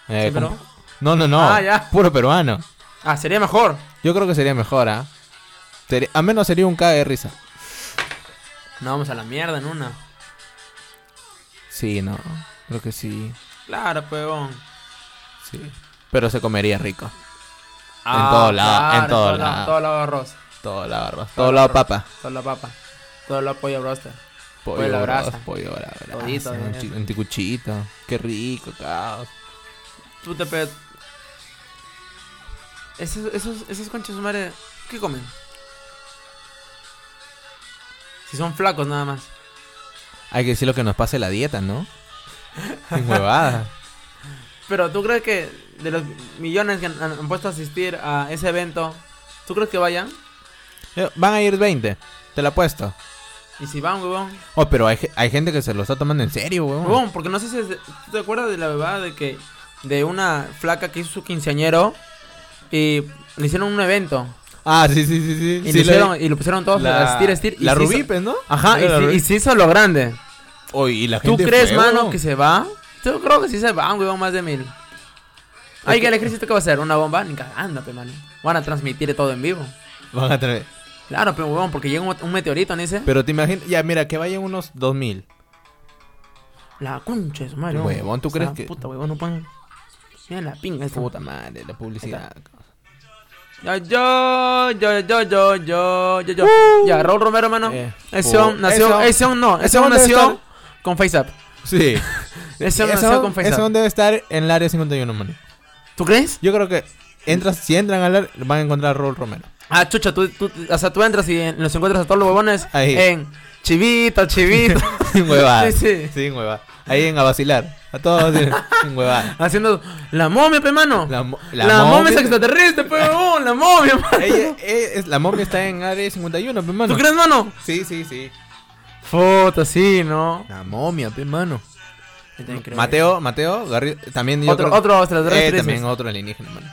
S2: eh,
S1: ¿Sí, pero?
S2: con- No, no, no.
S1: Ah, ya.
S2: Puro peruano.
S1: Ah, sería mejor.
S2: Yo creo que sería mejor, ¿ah? Sería- A menos sería un cague de risa.
S1: No, vamos a la mierda en una.
S2: Sí, no. Creo que sí.
S1: Claro, huevón.
S2: Sí. Pero se comería rico.
S1: Ah,
S2: todo lado, en
S1: claro,
S2: todo
S1: En
S2: lado.
S1: todo lado arroz,
S2: Todo la barba. Todo,
S1: Todo
S2: lado
S1: la barba.
S2: papa.
S1: todo lado papa, todo lado pollo broster.
S2: Pollo,
S1: Pollo a la
S2: brasa,
S1: brasa.
S2: Pollo a la brasa,
S1: Todito,
S2: un
S1: eh.
S2: chi- un ticuchito. Qué rico, caos.
S1: Tú te pe... Esos, esos, esos conchas de su madre, ¿qué comen? Si son flacos nada más.
S2: Hay que decir lo que nos pase la dieta, ¿no? Sin huevadas.
S1: Pero tú crees que de los millones que han, han puesto a asistir a ese evento, ¿tú crees que vayan?
S2: Eh, Van a ir 20. Te la apuesto.
S1: Y si van, huevón.
S2: Oh, pero hay, ge- hay gente que se lo está tomando en serio, weón.
S1: Huevón, porque no sé si es de- ¿tú te acuerdas de la bebada de que de una flaca que hizo su quinceañero y le hicieron un evento
S2: Ah, sí, sí, sí, sí.
S1: y,
S2: Sí,
S1: lo,
S2: la-
S1: hicieron, y lo pusieron todos a asistir, a asistir y
S2: La
S1: se
S2: Rubí,
S1: hizo-
S2: pues, ¿no?
S1: ajá, y,
S2: La
S1: se-
S2: Rubí.
S1: y se hizo lo grande.
S2: Oh, y la
S1: ¿Tú
S2: gente
S1: crees,
S2: fue,
S1: mano,
S2: weón.
S1: que se va? Yo creo que sí se van, huevón, más de mil. Ay,
S2: que-
S1: que el ejército que va a hacer una bomba, ni cagando, pe, mano. Van a transmitir todo en vivo.
S2: Van a traer-
S1: Claro, pero huevón, porque llega un, un meteorito, ¿no dice?
S2: Pero te imaginas, ya mira, que vayan unos 2000.
S1: La concha de su madre.
S2: Huevón, ¿tú
S1: O sea,
S2: crees que-
S1: Puta, huevón, no pueden... Mira la pinga esta.
S2: Puta madre, la publicidad.
S1: Yo, yo, yo, yo, yo, yo, yo, yo. Ya, Raúl Romero, mano.
S2: Uh. Eh,
S1: ese
S2: oh,
S1: hombre nació,
S2: ese-
S1: ese hombre no,
S2: ese
S1: ese hombre
S2: hombre
S1: nació
S2: está-
S1: con FaceApp.
S2: Sí.
S1: Ese hombre
S2: Ese
S1: nació
S2: don-
S1: con
S2: ese don
S1: FaceApp.
S2: debe estar en el área 51, mano.
S1: ¿Tú crees?
S2: Yo creo que entras, si entran al área, van a encontrar a Raúl Romero.
S1: Ah, chucha, tú, tú, o sea, tú entras y en- los encuentras a todos los huevones
S2: Ahí.
S1: en Chivito, Chivito.
S2: Sin huevada.
S1: Sí, sí.
S2: Sin huevada. Ahí en a vacilar. A todos sin, sin huevada.
S1: Haciendo la momia, pe, mano. La,
S2: La, mo- la
S1: la, momia es extraterrestre, pe, huevón, la momia, mano.
S2: Ella- eh, es- la momia está en área 51, pe, mano.
S1: ¿Tú crees, mano?
S2: Sí, sí, sí.
S1: Foto, sí, ¿no?
S2: La momia, pe, mano.
S1: Yo también creo.
S2: Mateo, Mateo, Garrido, también yo
S1: Otro,
S2: creo-
S1: otro
S2: Eh,
S1: extraterrestre. dices.
S2: también otro alienígena, mano.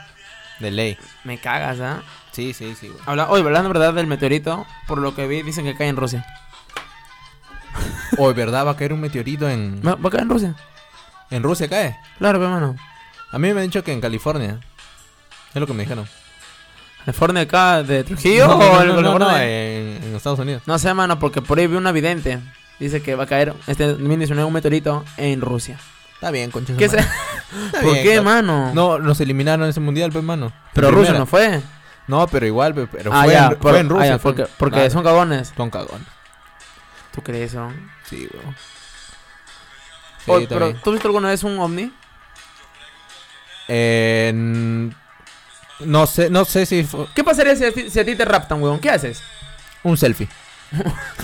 S2: De ley.
S1: Me cagas, ¿ah?
S2: Sí, sí, sí, güey.
S1: Habla, oye, hablando verdad del meteorito, por lo que vi, dicen que cae en Rusia.
S2: Hoy, ¿verdad? Va a caer un meteorito en...
S1: ¿Va, va a caer en Rusia?
S2: ¿En Rusia cae?
S1: Claro, pero hermano.
S2: A mí me han dicho que en California. Es lo que me dijeron.
S1: ¿California acá de Trujillo
S2: No,
S1: o
S2: no, no,
S1: el
S2: no,
S1: California?
S2: no, eh.
S1: No,
S2: en, en Estados Unidos.
S1: sé, mano, porque por ahí vi una vidente. Dice que va a caer este 2019 un meteorito en Rusia.
S2: Está bien, concha.
S1: ¿Qué se... ¿Por qué, mano?
S2: No, nos eliminaron ese mundial, pues, mano.
S1: pero
S2: Rusia
S1: Rusia no fue.
S2: No, pero igual, pe- pero
S1: ah,
S2: fue,
S1: ya,
S2: en,
S1: por-
S2: fue en Rusia.
S1: ah, ya,
S2: fue en-
S1: porque porque
S2: Claro,
S1: son cagones.
S2: son cagones.
S1: ¿Tú crees, no?
S2: Sí, güey. Sí,
S1: Oye,
S2: está
S1: pero,
S2: bien.
S1: ¿tú has visto alguna vez un ovni?
S2: Eh, n- no sé, no sé si fue
S1: ¿Qué pasaría si a ti, si a ti te raptan, weón? ¿Qué haces?
S2: un selfie.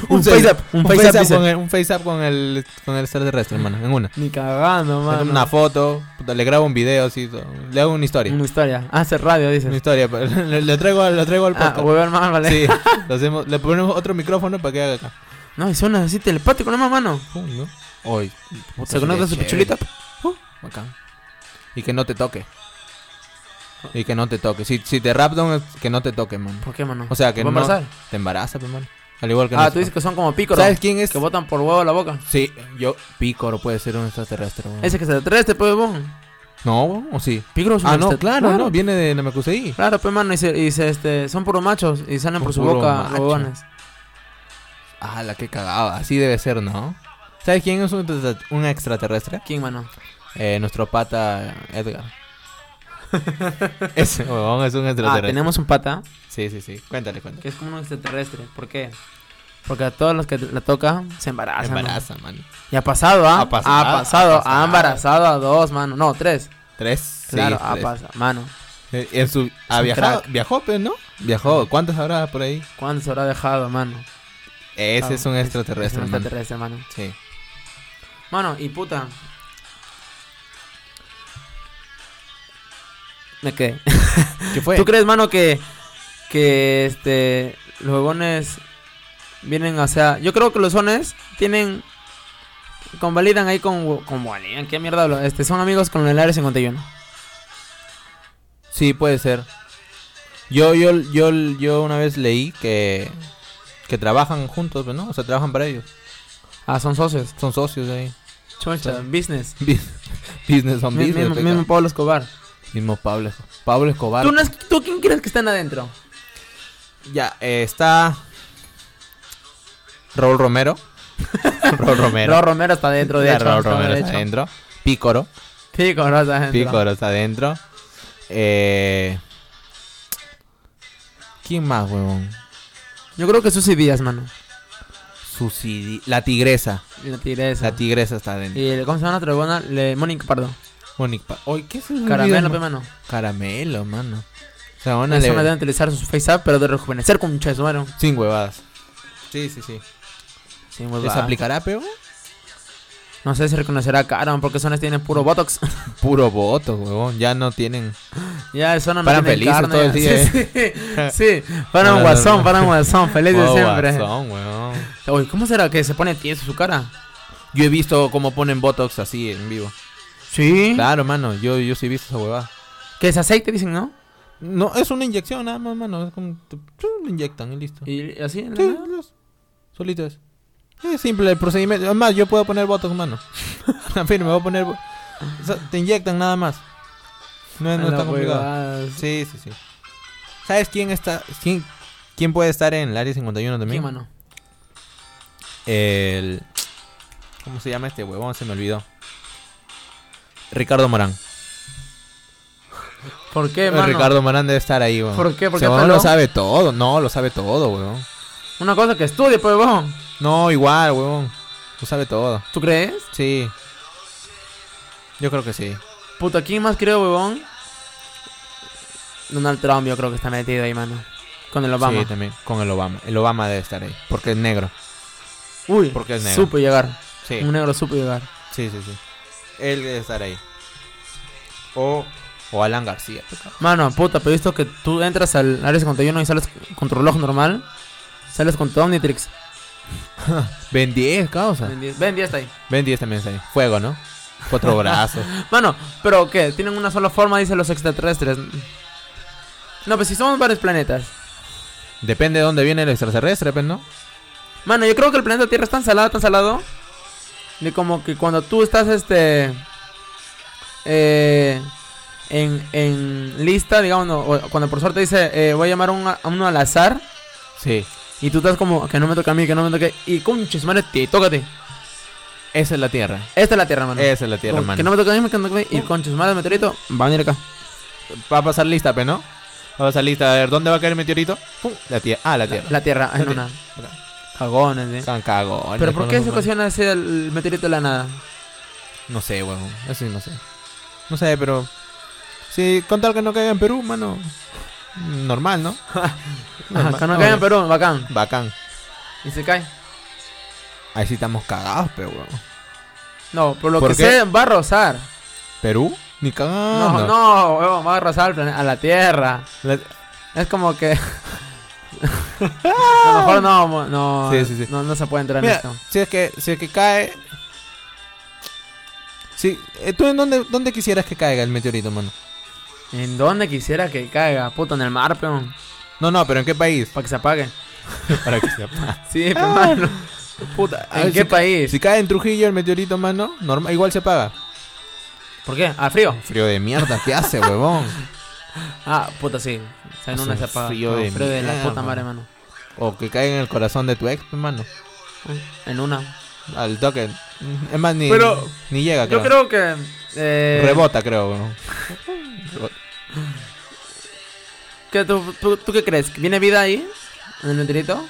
S1: Un face up, un
S2: Un
S1: face up,
S2: face up
S1: dice.
S2: con el, un face up con el, con el extraterrestre, hermano. En una.
S1: Ni cagando,
S2: Le tomo
S1: mano.
S2: una foto, puta, le grabo un video, así, todo. le hago una historia.
S1: Una historia. Hace radio,
S2: Una
S1: dices.
S2: historia. pero Le, le traigo, al- le traigo al
S1: Ah,
S2: podcast.
S1: huevón, más, vale.
S2: Sí, lo hacemos- le ponemos otro micrófono para que haga acá.
S1: No, y suena así telepático nomás, mano.
S2: Pum, ¿no? Hoy.
S1: Se conecta su pichulita.
S2: Bacán. Y que no te toque. Y que no te toque. Si, si te raptan, que no te toque, man.
S1: ¿Por qué, mano?
S2: O sea, que
S1: ¿Va a
S2: no-
S1: embarazar?
S2: Te embaraza, pues, man. Al igual que
S1: Ah, tú
S2: nosotros.
S1: dices que son como pícoros.
S2: ¿Sabes quién es?
S1: Que botan por huevo la boca.
S2: Sí, yo. Pícoro puede ser un extraterrestre, man.
S1: Ese que se atreve este pues, huevón.
S2: No, weón, o sí.
S1: Pícoro es un
S2: Ah, no,
S1: extra-
S2: claro, no. Viene de Namakusei.
S1: Claro, pues, mano, y, se, y se, este, son puros machos y salen
S2: Son
S1: por su
S2: puro
S1: boca
S2: macho.
S1: huevones.
S2: Ah, la que cagaba. Así debe ser, ¿no? ¿Sabes quién es un, extra- un extraterrestre?
S1: ¿Quién, mano? Ah,
S2: Eh, nuestro pata Edgar. Ese huevón es un
S1: Ah,
S2: extraterrestre.
S1: tenemos un pata
S2: Sí, sí, sí. Cuéntale, cuéntale.
S1: que es como un extraterrestre. ¿Por qué? Porque a todos los que la tocan se embarazan. ¿no?
S2: Embaraza, man.
S1: Y ha pasado, ¿ah?
S2: Ha pasado,
S1: Ha pasado.
S2: ha
S1: Ha,
S2: pasado.
S1: embarazado a dos, mano. No, tres.
S2: Tres.
S1: claro,
S2: sí,
S1: ha
S2: tres.
S1: pasado. Mano,
S2: Eh, En su, ha
S1: un
S2: viajado,
S1: crack.
S2: viajó, pues, ¿no? Viajó. ¿Cuántas habrá por ahí?
S1: ¿cuánto se habrá dejado, mano?
S2: Ese
S1: Ah,
S2: es un extraterrestre,
S1: Es un
S2: man.
S1: extraterrestre, mano.
S2: Sí.
S1: Mano, y puta. Me quedé.
S2: ¿Qué fue?
S1: ¿Tú crees, mano, que, que este, los huevones vienen, o sea, yo creo que los sones tienen, convalidan ahí con, hue- convalidan, qué mierda hablo, este, son amigos con el Área 51.
S2: Sí, puede ser. Yo, yo, yo, yo una vez leí que, que trabajan juntos, pues, ¿no? O sea, trabajan para ellos.
S1: Ah, son socios.
S2: Son socios ahí.
S1: Chucha,
S2: Son-
S1: business.
S2: Business on
S1: Mi-
S2: business.
S1: Mismo,
S2: peca.
S1: mismo Pablo Escobar.
S2: Mismo Pablo. Esco- Pablo Escobar.
S1: ¿Tú, no es- ¿Tú quién crees que están adentro?
S2: Ya, eh, está. Raúl Romero. Raúl Romero.
S1: Pero Romero está adentro, de
S2: Ya,
S1: hecho.
S2: Raúl
S1: está
S2: Romero está
S1: adentro.
S2: adentro. Pícoro.
S1: Pícoro está adentro.
S2: Pícoro está adentro. Eh, ¿Quién más, huevón?
S1: Yo creo que Susi Díaz, mano.
S2: Susidi... La tigresa.
S1: Y La tigresa.
S2: La tigresa está adentro.
S1: y el- ¿Cómo se llama la otra huevona? Le- Mónica Pardo.
S2: Mónica Pa- Oy, ¿qué es eso?
S1: Caramelo, pe, mano.
S2: Caramelo, mano. O sea, una
S1: Una
S2: le...
S1: zona deben utilizar su face up, pero de rejuvenecer con mucho mano.
S2: Sin huevadas. Sí, sí, sí.
S1: Sí,
S2: ¿Les aplicará, peo?
S1: No sé si reconocerá Caron porque zonas tienen puro botox.
S2: Puro voto, huevón. Ya no tienen...
S1: ya, eso no
S2: Paran
S1: tienen
S2: felices
S1: carne.
S2: todo el día, eh.
S1: Sí, sí. sí. Paran
S2: No, no,
S1: guasón,
S2: no.
S1: paran guasón, feliz de
S2: Wow,
S1: siempre.
S2: guasón, huevón.
S1: Uy, ¿cómo será que se pone tieso su cara?
S2: Yo he visto cómo ponen Botox así en vivo.
S1: Sí.
S2: Claro, mano. Yo, yo sí he visto esa huevada.
S1: Que es aceite, dicen, ¿no?
S2: No, es una inyección nada más, mano. Es como... te- te inyectan y listo.
S1: Y así, ¿no?
S2: Sí, los- solito es. Es simple el procedimiento. Además, yo puedo poner botox, mano. en fin, me voy a poner. bo- o sea, te inyectan nada más. No, es- no
S1: A
S2: está
S1: la
S2: complicado.
S1: huevada.
S2: Sí, sí, sí. ¿Sabes quién está? ¿Quién, quién puede estar en el área 51 también?
S1: ¿Quién, mano?
S2: El. ¿Cómo se llama este huevón? Se me olvidó. Ricardo Morán.
S1: ¿Por qué,
S2: El
S1: Eh, mano?
S2: Eh, Ricardo Morán debe estar ahí, huevón.
S1: ¿Por qué? ¿Por qué
S2: Ese huevón
S1: peló?
S2: lo sabe todo. No, lo sabe todo, huevón.
S1: Una cosa que estudie, pues, huevón.
S2: No, igual, huevón. Lo sabe todo.
S1: ¿Tú crees?
S2: Sí. Yo creo que sí.
S1: Puta, ¿quién más creo, huevón? Donald Trump, yo creo que está metido ahí, mano. Con el Obama.
S2: Sí, también. Con el Obama. El Obama debe estar ahí. Porque es negro.
S1: Uy,
S2: Porque es negro.
S1: supo llegar.
S2: Sí.
S1: Un negro supo llegar.
S2: Sí, sí, sí. Él debe estar ahí. O, o Alan García. pe, cabrón.
S1: Mano, puta, pero visto que tú entras al área 51 y sales con tu reloj normal, sales con tu Omnitrix.
S2: Ben 10, causa.
S1: Ben 10 Ben 10 está ahí.
S2: Ben 10 también está ahí. Fuego, ¿no? Cuatro brazos.
S1: Mano, pero ¿qué? Tienen una sola forma, dicen los extraterrestres. No, pues si somos varios planetas.
S2: Depende de dónde viene el extraterrestre, pe, ¿no?
S1: Mano, yo creo que el planeta Tierra es tan salado, tan salado. De como que cuando tú estás, este. eh, en, en lista, digamos, no, o cuando por suerte dice, eh, voy a llamar a un- a uno al azar.
S2: Sí.
S1: Y tú estás como, que no me toca a mí, que no me toque. Y conches, madre, te tócate.
S2: Esa es la Tierra.
S1: Esta es la Tierra, mano.
S2: Esa es la Tierra,
S1: Como
S2: mano.
S1: Que no me toca a mí, que no me toca a mí. Y conches, madre, meteorito, va a venir acá.
S2: Va a pasar lista, pe, ¿no? Va a pasar lista. A ver, ¿dónde va a caer el meteorito? Pum, La Tierra. Ah, la Tierra.
S1: La Tierra, en
S2: La
S1: una.
S2: Tierra.
S1: Cagones, eh.
S2: Están cagones,
S1: Pero ¿por
S2: con
S1: qué
S2: los
S1: se
S2: humanos.
S1: ocasiona ese el meteorito de la nada?
S2: No sé, huevón. Eso sí, no sé. No sé, pero. Sí, con tal que no caiga en Perú, mano. Normal, ¿no?
S1: Ajá, que no caiga en Perú, bacán.
S2: Bacán.
S1: y se cae.
S2: Ahí sí estamos cagados, pero weón.
S1: No, por lo
S2: ¿Por
S1: que
S2: qué?
S1: sé,
S2: Ah,
S1: va a rozar.
S2: ¿Perú? Ni
S1: No,
S2: cagando.
S1: no, huevón, va a rozar al plane- a la Tierra.
S2: La-
S1: Es como que. a lo mejor no, mo- no,
S2: Sí, sí, sí.
S1: no, no se puede entrar
S2: Mira,
S1: en esto.
S2: si es que, si es que cae. Si, eh, ¿Tú en dónde, dónde quisieras que caiga el meteorito, mano?
S1: ¿En dónde quisiera que caiga? Puta, en el mar, peón.
S2: No, no, pero ¿en qué país?
S1: Para que se apague.
S2: Para que se apague.
S1: Sí, pe, mano.
S2: Puta, Ah. a
S1: ¿En
S2: ver,
S1: qué
S2: si, ca-
S1: país?
S2: si cae en Trujillo el meteorito, mano, normal, igual se apaga.
S1: ¿Por qué? ¿Al frío?
S2: Frío de mierda, ¿qué hace, huevón?
S1: Ah, puta, sí. O sea, en
S2: Hace
S1: una
S2: un
S1: se apaga.
S2: frío
S1: No,
S2: de
S1: frío de la
S2: mierda.
S1: puta madre, mano.
S2: O que caiga en el corazón de tu ex, hermano.
S1: En una.
S2: Al toque. Es más, ni,
S1: Pero-
S2: ni llega, creo.
S1: Yo creo que. Eh,
S2: Rebota, creo, huevón. Rebota.
S1: ¿qué tú, tú, tú qué crees? ¿Que ¿Viene vida ahí? ¿En el meteorito?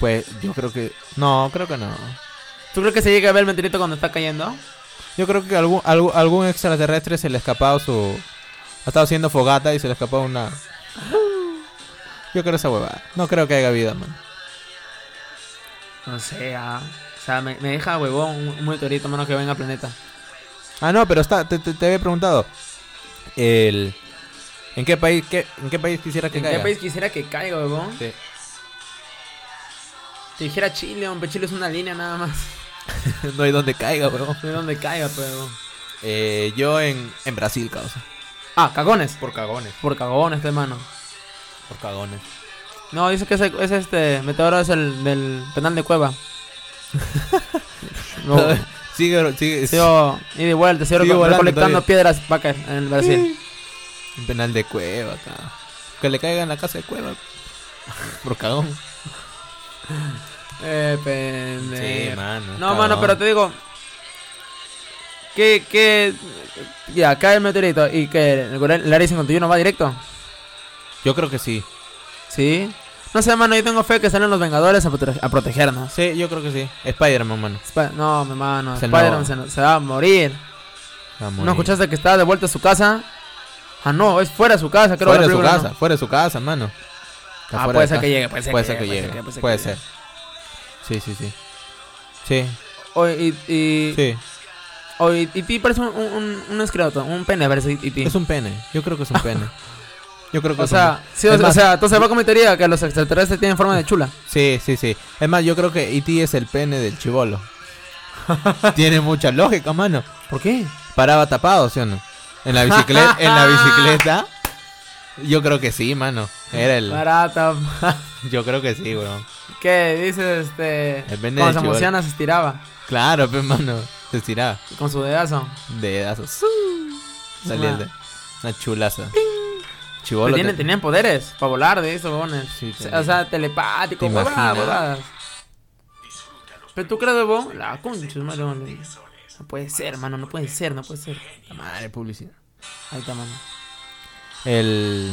S2: Pues yo creo que. No, creo que no.
S1: ¿Tú crees que se llega a ver el meteorito cuando está cayendo?
S2: Yo creo que algún, algún, algún extraterrestre se le ha escapado su. Ha estado haciendo fogata y se le ha escapado una. Yo creo esa huevada. No creo que haya vida, man.
S1: O sea. ah. O sea, me, me deja huevón un, un meteorito, menos que venga al planeta.
S2: Ah, no, pero está, te, te, te había preguntado. El. ¿En qué país, qué, en qué país quisiera que
S1: ¿En
S2: caiga?
S1: qué país quisiera que caiga, huevón?
S2: Sí.
S1: Te dijera Chile, hombre. Chile es una línea nada más.
S2: no hay donde caiga, weón.
S1: No hay donde caiga, pero. huevón.
S2: Eh, yo en, en Brasil, causa.
S1: Ah, cagones.
S2: Por cagones.
S1: Por cagones, este mano.
S2: Por cagones.
S1: No, dice que ese, ese, este meteoro es el del penal de Cueva. no, oh.
S2: sigue, sigue.
S1: sigo ida y vuelta, sigo
S2: Sigue
S1: reco-
S2: volando
S1: recolectando
S2: todavía.
S1: piedras para caer en el Brasil.
S2: Un penal de cueva acá. Que le caiga en la casa de cueva. Por cagón.
S1: Eh, pendejo.
S2: mano.
S1: no, mano, pero te digo. Que, que. Ya, cae el meteorito y que el Gorel- el área 51 va directo.
S2: Yo creo que sí.
S1: Sí. No sé, mano, yo tengo fe que salen los Vengadores a, prote- a protegernos.
S2: Sí, yo creo que sí. Spider-Man, mano.
S1: Sp- no, mi mano,
S2: Es el
S1: Spider-Man
S2: nuevo.
S1: se, se va a morir.
S2: Vamos.
S1: ¿No escuchaste que estaba de vuelta a su casa? Ah, no, es fuera de su casa, creo.
S2: Fuera
S1: la
S2: de su
S1: película,
S2: casa, fuera de su casa, mano.
S1: ¿no?
S2: Está
S1: Ah,
S2: fuera
S1: puede
S2: de
S1: ser que
S2: casa.
S1: llegue, puede ser
S2: Puede ser que
S1: que
S2: llegue. Puede ser. Sí, sí, sí. Sí,
S1: Oye, y, y,
S2: sí.
S1: oye, y ti parece un, un, un- un escroto, un pene parece y ti.
S2: Es un pene. Yo creo que es un pene. Yo creo que
S1: O
S2: es un
S1: sea, sí, o,
S2: Es
S1: sea,
S2: más-
S1: o sea, entonces va con mi teoría que los extraterrestres tienen forma de chula.
S2: Sí, sí, sí. Es más, yo creo que E.T. es el pene del chivolo. Tiene mucha lógica, mano.
S1: ¿Por qué?
S2: Paraba tapado, ¿sí o no? En la bicicleta, en la bicicleta. Yo creo que sí, mano. Era el.
S1: Barata.
S2: Yo creo que sí, weón.
S1: ¿Qué dices? Este.
S2: El pene
S1: Cuando
S2: del
S1: se
S2: chivolo.
S1: emociona se estiraba
S2: Claro, pues, mano. Se estiraba.
S1: con su dedazo.
S2: Dedazos. Saliendo. Una chulaza.
S1: Pero
S2: Chivolo.
S1: tienen, tenían poderes para volar de esos huevones.
S2: Sí,
S1: O sea,
S2: tenían.
S1: o sea, telepático,
S2: ¿Te
S1: huevadas,
S2: imaginas?
S1: huevadas. Pero tú crees, huevón, la concha, madre, madre. No puede ser, mano, no puede ser, no puede ser.
S2: Madre publicidad.
S1: Ahí está, mano.
S2: El.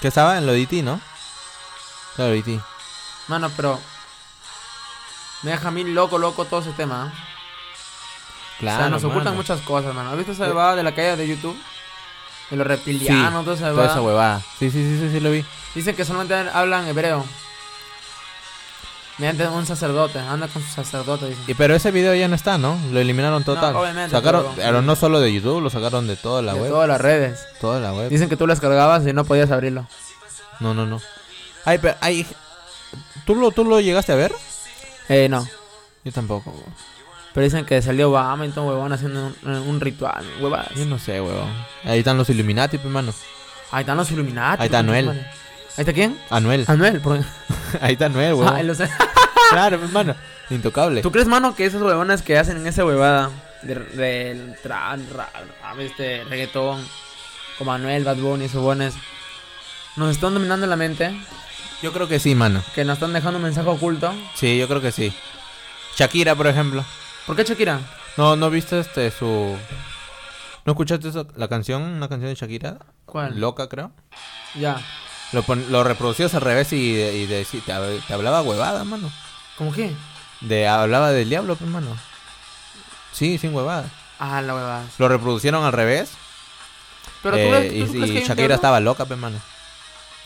S2: Que estaba en lo de E.T., ¿no? Claro, E E.T.
S1: Mano, pero. Me deja a mí loco, loco todo ese tema. ¿eh?
S2: Claro.
S1: o sea, nos ocultan
S2: mano. Eh.
S1: muchas cosas, mano. ¿Has visto esa huevada de la caída de YouTube? De los reptilianos, toda esa
S2: Toda
S1: huevada.
S2: esa huevada. Sí, sí, sí, sí, sí, lo vi.
S1: Dicen que solamente hablan hebreo. Mediante un sacerdote, anda con su sacerdote, dicen.
S2: Y, pero ese video ya no está, ¿no? Lo eliminaron total.
S1: obviamente,
S2: sacaron,
S1: pero-
S2: pero, no solo de YouTube, lo sacaron de toda la
S1: de
S2: web.
S1: todas las redes.
S2: Toda la web.
S1: Dicen que tú las cargabas y no podías abrirlo.
S2: No, no, no. Ay, pero ay, ¿tú lo, tú lo llegaste a ver?
S1: Eh, no.
S2: Yo tampoco. weón.
S1: Pero dicen que salió Obama y todo huevón haciendo un, un ritual, huevadas.
S2: Yo no sé, weón. Ahí están los Illuminati, pues, hermano.
S1: Ahí están los Illuminati.
S2: Ahí
S1: concha
S2: está Anuel.
S1: madre. ¿Ahí está quién?
S2: Anuel.
S1: Anuel, por...
S2: Ahí está Anuel, weón.
S1: Ah, los-
S2: Claro, hermano. Intocable.
S1: ¿Tú crees, mano, que esos huevones que hacen esa huevada de- del trap, rap, rap, este, reggaetón, como Anuel, Bad Bunny, esos huevones, nos están dominando la mente?
S2: Yo creo que sí, mano.
S1: ¿Que nos están dejando un mensaje oculto?
S2: Sí, yo creo que sí. Shakira, por ejemplo.
S1: ¿Por qué Shakira?
S2: No, no viste este su ¿No escuchaste esa- la canción, una canción de Shakira?
S1: ¿Cuál?
S2: Loca, creo.
S1: Ya.
S2: Lo, pon- lo reproducías al revés y, y decí- te, hab- te hablaba huevada, mano.
S1: ¿Cómo qué?
S2: De, hablaba del diablo, pues, mano. Sí, sin huevada.
S1: Ah, la huevada.
S2: Lo reproducieron al revés.
S1: Pero tú,
S2: eh,
S1: crees,
S2: y
S1: tú crees
S2: y
S1: que hay un
S2: Shakira
S1: diablo?
S2: estaba loca, pues, mano.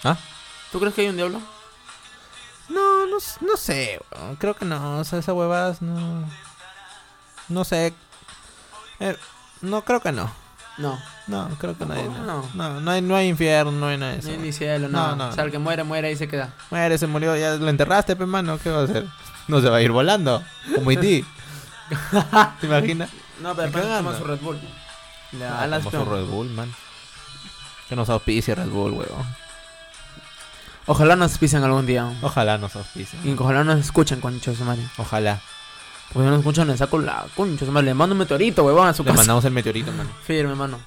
S2: ¿Ah?
S1: ¿Tú crees que hay un diablo?
S2: No, no, s- no sé, weón. creo que no, o sea, esas huevas no. No sé. Eh, no, creo que no.
S1: No,
S2: No, creo que no hay.
S1: ¿Tampoco?
S2: No, no, no hay, no hay infierno, no hay nada de eso.
S1: ni, ni cielo,
S2: No,
S1: nada.
S2: no,
S1: O sea,
S2: no.
S1: el que muere, muere y se queda.
S2: Muere, se murió, ya lo enterraste, pe mano, ¿qué va a hacer? No se va a ir volando, como ti. ¿Te imaginas?
S1: No, pero
S2: Se
S1: después
S2: cagando.
S1: toma su Red Bull. Le da
S2: Ah,
S1: alas,
S2: famoso
S1: pero-
S2: Red Bull, man. Que nos auspicie Red Bull, weón.
S1: Ojalá nos pisan algún día.
S2: Ojalá nos auspicie.
S1: Y ojalá nos escuchen, concha de su madre.
S2: Ojalá.
S1: Porque no nos escuchan, le saco la concha de su madre. Le mando un meteorito, huevón, a su
S2: Le
S1: casa.
S2: mandamos el meteorito, man.
S1: Firme, hermano.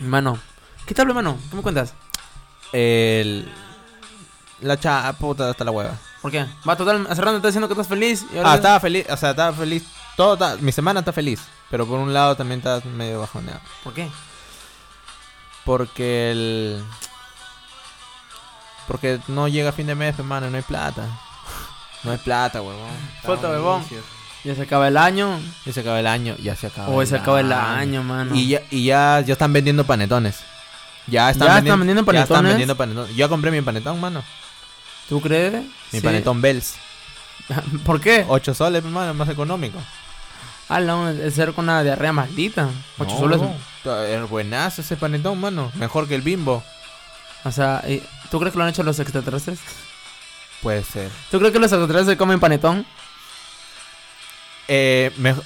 S1: Hermano. ¿Qué tal, hermano? ¿Cómo cuentas?
S2: El... La chapa, puta, hasta la hueva.
S1: ¿Por qué? Va, total, cerrando, está diciendo que estás feliz. y ahora-
S2: Ah, estaba feliz, o sea, estaba feliz. Todo está- mi semana está feliz, pero por un lado también está medio bajoneado.
S1: ¿Por qué?
S2: Porque el... Porque no llega fin de mes, hermano, no hay plata. No hay plata, huevón.
S1: Puta,
S2: Estamos
S1: huevón.
S2: inicios.
S1: Ya se acaba el año.
S2: Ya se acaba el año, ya se acaba
S1: O se acaba el año, mano.
S2: Ah, Y ya, y ya, ya están vendiendo panetones. Ya están,
S1: ¿Ya
S2: vendi-
S1: están vendiendo
S2: Ya están
S1: panetones?
S2: vendiendo panetones. Yo ya compré mi panetón, mano.
S1: ¿Tú crees?
S2: Mi
S1: Sí.
S2: panetón Oh. Bells.
S1: ¿Por qué?
S2: 8 soles, hermano, más económico.
S1: Ah, no, el ser con una diarrea maldita. Ocho soles.
S2: Es buenazo ese panetón, mano. Mejor que el bimbo.
S1: O sea, eh, ¿tú crees que lo han hecho los extraterrestres?
S2: Puede ser.
S1: ¿Tú crees que los extraterrestres comen panetón?
S2: Eh, mej-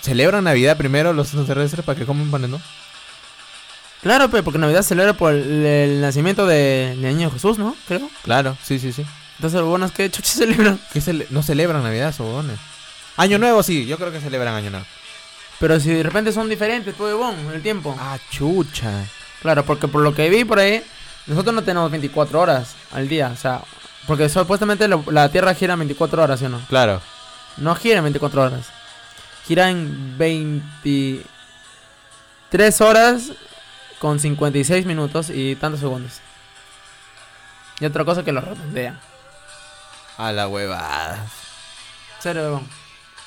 S2: ¿Celebran Navidad primero los extraterrestres para que coman panetón?
S1: Claro, pe, porque Navidad se celebra por el, el nacimiento de- del niño Jesús, ¿no? Creo.
S2: Claro, sí, sí, sí.
S1: Entonces, bueno, es que chucha celebran.
S2: ¿Qué cele- no celebran Navidad, esos huevones? Año Nuevo, sí. Yo creo que celebran Año Nuevo.
S1: Pero si de repente son diferentes, pues, bon, en el tiempo.
S2: Ah, chucha.
S1: Claro, porque por lo que vi por ahí, nosotros no tenemos 24 horas al día, o sea, porque supuestamente la, la Tierra gira 24 horas, ¿sí o no?
S2: Claro.
S1: No gira en 24 horas. Gira en 23 horas con 56 minutos y tantos segundos. Y otra cosa que lo redondea.
S2: A la huevada.
S1: Serio, huevón.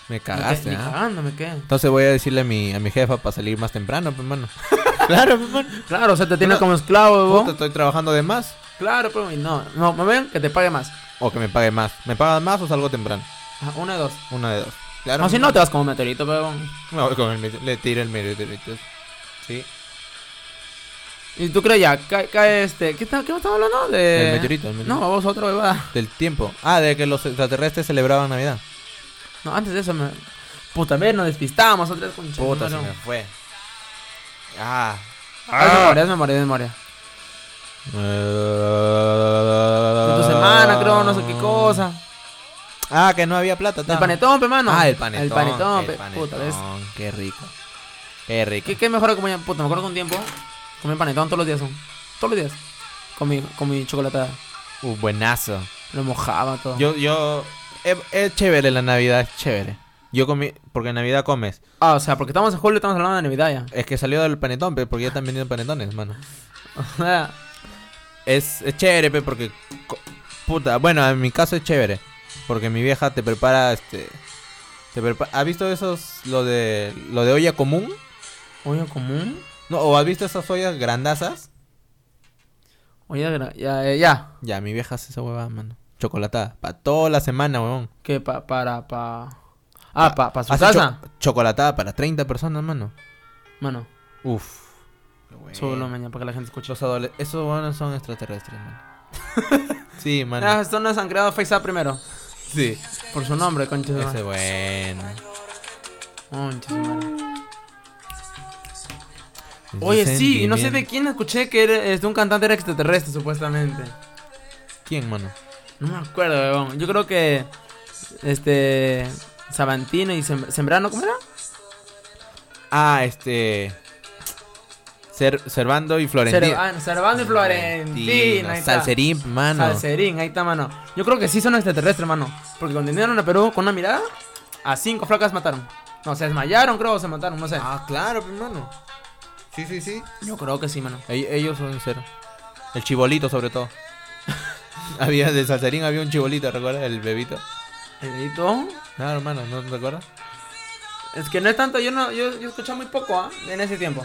S2: Me
S1: Me
S2: cagaste,
S1: quedé- ni
S2: ¿ah?
S1: cagando, me quedé.
S2: Entonces voy a decirle a mi, a mi jefa para salir más temprano, pues, mano. claro, pues, mano.
S1: Claro, o sea, te tiene
S2: No.
S1: como esclavo,
S2: Puta,
S1: huevón.
S2: estoy trabajando de más
S1: Claro, pero y no, no, me ven que te pague más.
S2: o que me pague más. ¿Me pagas más o salgo temprano?
S1: Ajá, una de dos.
S2: Una de dos. Claro. pues,
S1: No, si no te vas como meteorito, huevón.
S2: Me voy con el medio- le tiro el meteorito. Sí.
S1: ¿Y tú crees ya? Cae, cae este. ¿Qué, está, ¿Qué estamos hablando? De...
S2: El meteorito, el meteorito.
S1: No, vos otra huevada.
S2: Del tiempo. Ah, de que los extraterrestres celebraban Navidad.
S1: No, antes de eso me. Puta, a ver, nos despistamos otra vez con
S2: Puta, se me fue. Ah.
S1: Es memoria, es memoria, es memoria. De tu semana, creo, no sé qué cosa.
S2: Ah, que no había plata.
S1: Del
S2: ta.
S1: panetón, pe, mano.
S2: Ah, el panetón.
S1: El panetón,
S2: el
S1: pe. Puta, ¿ves?
S2: panetón, Qué rico. Qué rico.
S1: ¿Qué, qué mejor que comía? Puta, me acuerdo que un tiempo comí panetón todos los días, son. Todos los días. Con mi, con mi chocolatada.
S2: Uh, buenazo.
S1: Lo mojaba todo.
S2: Yo, yo. Es, es chévere la Navidad, es chévere. Yo comí. Porque en Navidad comes.
S1: Ah, o sea, porque estamos en julio y estamos hablando de Navidad
S2: Es que salió del panetón, pe, porque ya están vendiendo panetones, mano.
S1: ya.
S2: Es, es chévere, pe, porque. co- Puta, bueno, en mi caso es chévere. Porque mi vieja te prepara este. Te prepara, ¿Has visto esos. Lo de. Lo de olla común?
S1: ¿Olla común?
S2: No, o has visto esas ollas grandazas?
S1: Olla de gra- Ya, eh, ya.
S2: Ya, mi vieja hace esa huevada, mano. Chocolatada. Para toda la semana, huevón.
S1: Que pa, para, pa. Ah, pa, pa su
S2: Hace cho-
S1: casa.
S2: chocolatada para 30 personas, mano.
S1: Mano,
S2: Uf. Eh.
S1: súbelo mañana para que la gente escuche.
S2: Los adole- Esos buenos son extraterrestres, mano. sí, mano.
S1: Ah, esto no han creado FaceApp primero.
S2: sí.
S1: Por su nombre, concha de su
S2: Ese
S1: madre.
S2: bueno.
S1: Concha de su madre. Oye, sí, y no sé de quién escuché que era- este, un cantante era extraterrestre, supuestamente.
S2: quién, mano.
S1: No me acuerdo, weón. Yo creo que. Este. Sabantino y Sem- Sembrano, ¿cómo era?
S2: Ah, este. Cer- Cervando y Florentino.
S1: Cervando Cervando ah, y Florentina. ahí está.
S2: Salserín, mano.
S1: Salserín, ahí está, mano. Yo creo que sí son extraterrestres, mano. Porque cuando vinieron a Perú con una mirada, a cinco flacas mataron. No, se desmayaron, creo, o se mataron, no sé.
S2: Ah, claro, pues, mano. Sí, sí, sí.
S1: Yo creo que sí, mano.
S2: ellos son cero. El chibolito, sobre todo. había de Salserín había un chibolito, ¿recuerdas? El bebito.
S1: El dedito.
S2: Claro, hermano, ¿no te acuerdas?
S1: Es que no es tanto, yo no, yo, yo escuchaba muy poco, ¿ah? En ese tiempo.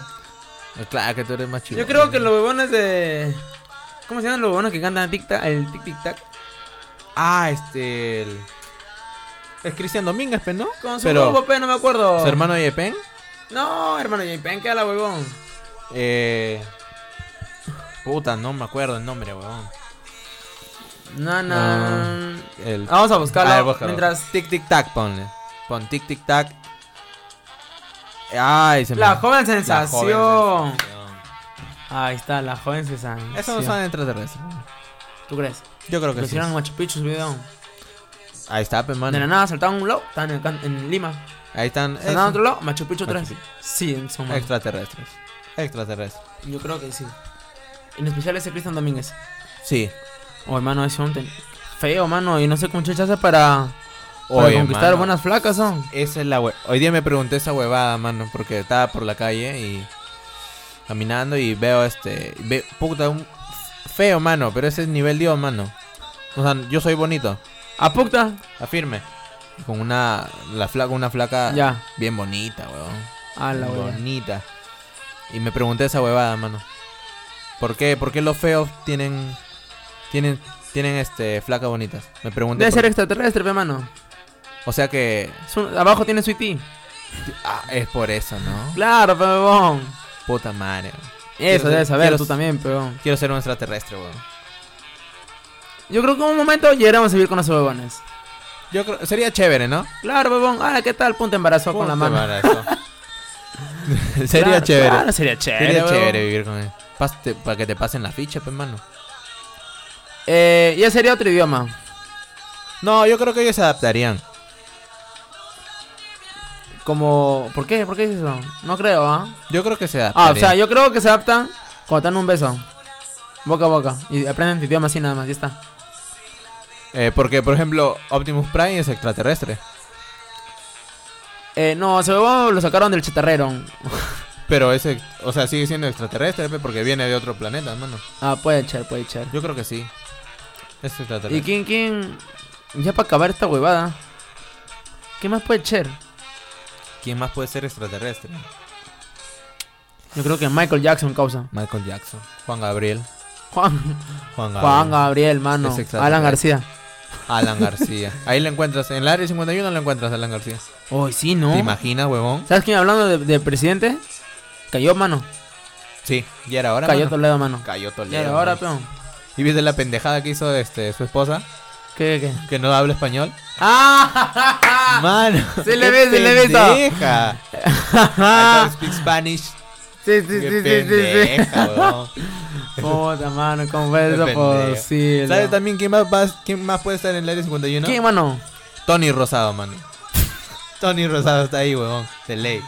S2: Pues Claro que tú eres más chivo.
S1: Yo creo que los huevones de. ¿Cómo se llaman los huevones que cantan tic tac, el tic tic tac?
S2: Ah, este. el- Es Cristian Domínguez, pe, ¿no?
S1: Con su
S2: Pero-
S1: grupo, pe, no me acuerdo.
S2: Su hermano de Pen.
S1: No, hermano, y penca la huevón.
S2: Eh. Puta, no me acuerdo el nombre, weón.
S1: No, no.
S2: El...
S1: Vamos a buscarlo
S2: A ver, Ah, búscalo.
S1: mientras
S2: Tic Tic Tac, ponle. Pon Tic Tic Tac. Ay, se me-
S1: la joven
S2: La
S1: sensación.
S2: joven
S1: Ahí está, la joven sensación.
S2: Eso no son extraterrestres.
S1: ¿Tú crees?
S2: Yo creo
S1: Lo
S2: que sí.
S1: hicieron en Machu Picchu, el video.
S2: Ahí está, pe, mano.
S1: De la nada saltaron un lado, están en, can- en Lima.
S2: Ahí están.
S1: Saltaron a otro lado, Machu Picchu otra vez.
S2: Machu
S1: Sí, en su madre.
S2: Extraterrestres. Extraterrestres.
S1: Yo creo que sí. En especial ese Cristian Domínguez.
S2: Sí.
S1: Oh, hermano, ese hombre ten- feo, mano. Y no sé cómo chucha hace para, para
S2: Oye,
S1: conquistar
S2: mano,
S1: buenas flacas, son.
S2: Esa es la hue- Hoy día me pregunté esa huevada, mano, porque estaba por la calle y caminando y veo este, ve- puta, un feo, mano, pero ese es nivel Dios, mano. O sea, yo soy bonito,
S1: Apucta.
S2: afirme. Con una la flaca, una flaca
S1: Ya.
S2: bien bonita, weón.
S1: A la huevón.
S2: bonita. Y me pregunté esa huevada, mano. ¿Por qué? ¿Por qué los feos tienen tienen tienen este flacas bonitas? Me pregunté.
S1: Debe
S2: por
S1: ser
S2: qué.
S1: extraterrestre, pe, mano.
S2: O sea que
S1: Es un- abajo tiene su IT.
S2: ah, es por eso, ¿no?
S1: Claro, pe, huevón.
S2: Puta madre. weón. Quiero
S1: Eso
S2: ser-
S1: debes saber
S2: quiero
S1: tú
S2: ser-
S1: también, pero
S2: Quiero ser un extraterrestre, weón.
S1: Yo creo que en un momento llegaremos a vivir con esos huevones.
S2: Yo creo, sería chévere, ¿no?
S1: Claro, huevón. Ahora, ¿qué tal? Punta embarazo con la mano.
S2: sería
S1: Claro,
S2: chévere.
S1: Claro, sería chévere.
S2: sería
S1: huevón.
S2: chévere vivir con él. Pas- te- para que te pasen la ficha, pues, mano.
S1: Eh, ya sería otro idioma.
S2: No, yo creo que ellos se adaptarían.
S1: Como. ¿Por qué? ¿Por qué dices eso? No creo, ¿ah?
S2: Yo creo que se adaptarían.
S1: Ah, o sea, yo creo que se adaptan cuando dan un beso. Boca a boca. Y aprenden tu idioma así nada más, ya está.
S2: Eh, porque, por ejemplo, Optimus Prime es extraterrestre.
S1: Eh, no, ese huevón lo sacaron del chatarrero.
S2: Pero ese, o sea, sigue siendo extraterrestre, pe, porque viene de otro planeta, mano.
S1: Ah, puede echar, puede echar.
S2: Yo creo que sí. Es
S1: ¿Y
S2: extraterrestre.
S1: quién, quién? Ya para acabar esta huevada. ¿Qué más puede echar?
S2: ¿Quién más puede ser extraterrestre?
S1: Yo creo que Michael Jackson causa.
S2: Michael Jackson, Juan Gabriel,
S1: Juan,
S2: Juan Gabriel,
S1: Juan Gabriel, mano.
S2: Es extraterrestre.
S1: Alan García.
S2: Alan García. Ahí lo encuentras, en el área 51 lo encuentras, Alan García.
S1: Uy, sí, ¿no?
S2: ¿Te imaginas, huevón?
S1: ¿Sabes quién hablando de, de presidente? Cayó, mano.
S2: Sí, ya era hora.
S1: Cayó
S2: mano.
S1: Toledo, mano.
S2: Cayó Toledo.
S1: Ya era hora,
S2: mano.
S1: peón.
S2: ¿Y viste la pendejada que hizo este su esposa?
S1: ¿Qué, qué?
S2: Que no habla español.
S1: ¡Ah!
S2: Mano.
S1: Sí le
S2: qué
S1: ves, sí le ves, ah.
S2: Pendeja. I don't speak Spanish.
S1: sí, sí,
S2: Qué
S1: sí, sí, sí, sí.
S2: pendeja, huevón.
S1: Puta, mano, ¿cómo fue
S2: Qué
S1: eso
S2: pendejo.
S1: posible?
S2: ¿Sabes también quién más, más- quién más puede estar en el área 51?
S1: ¿Quién, mano?
S2: Tony Rosado, mano. Tony Rosado está ahí, huevón. De ley.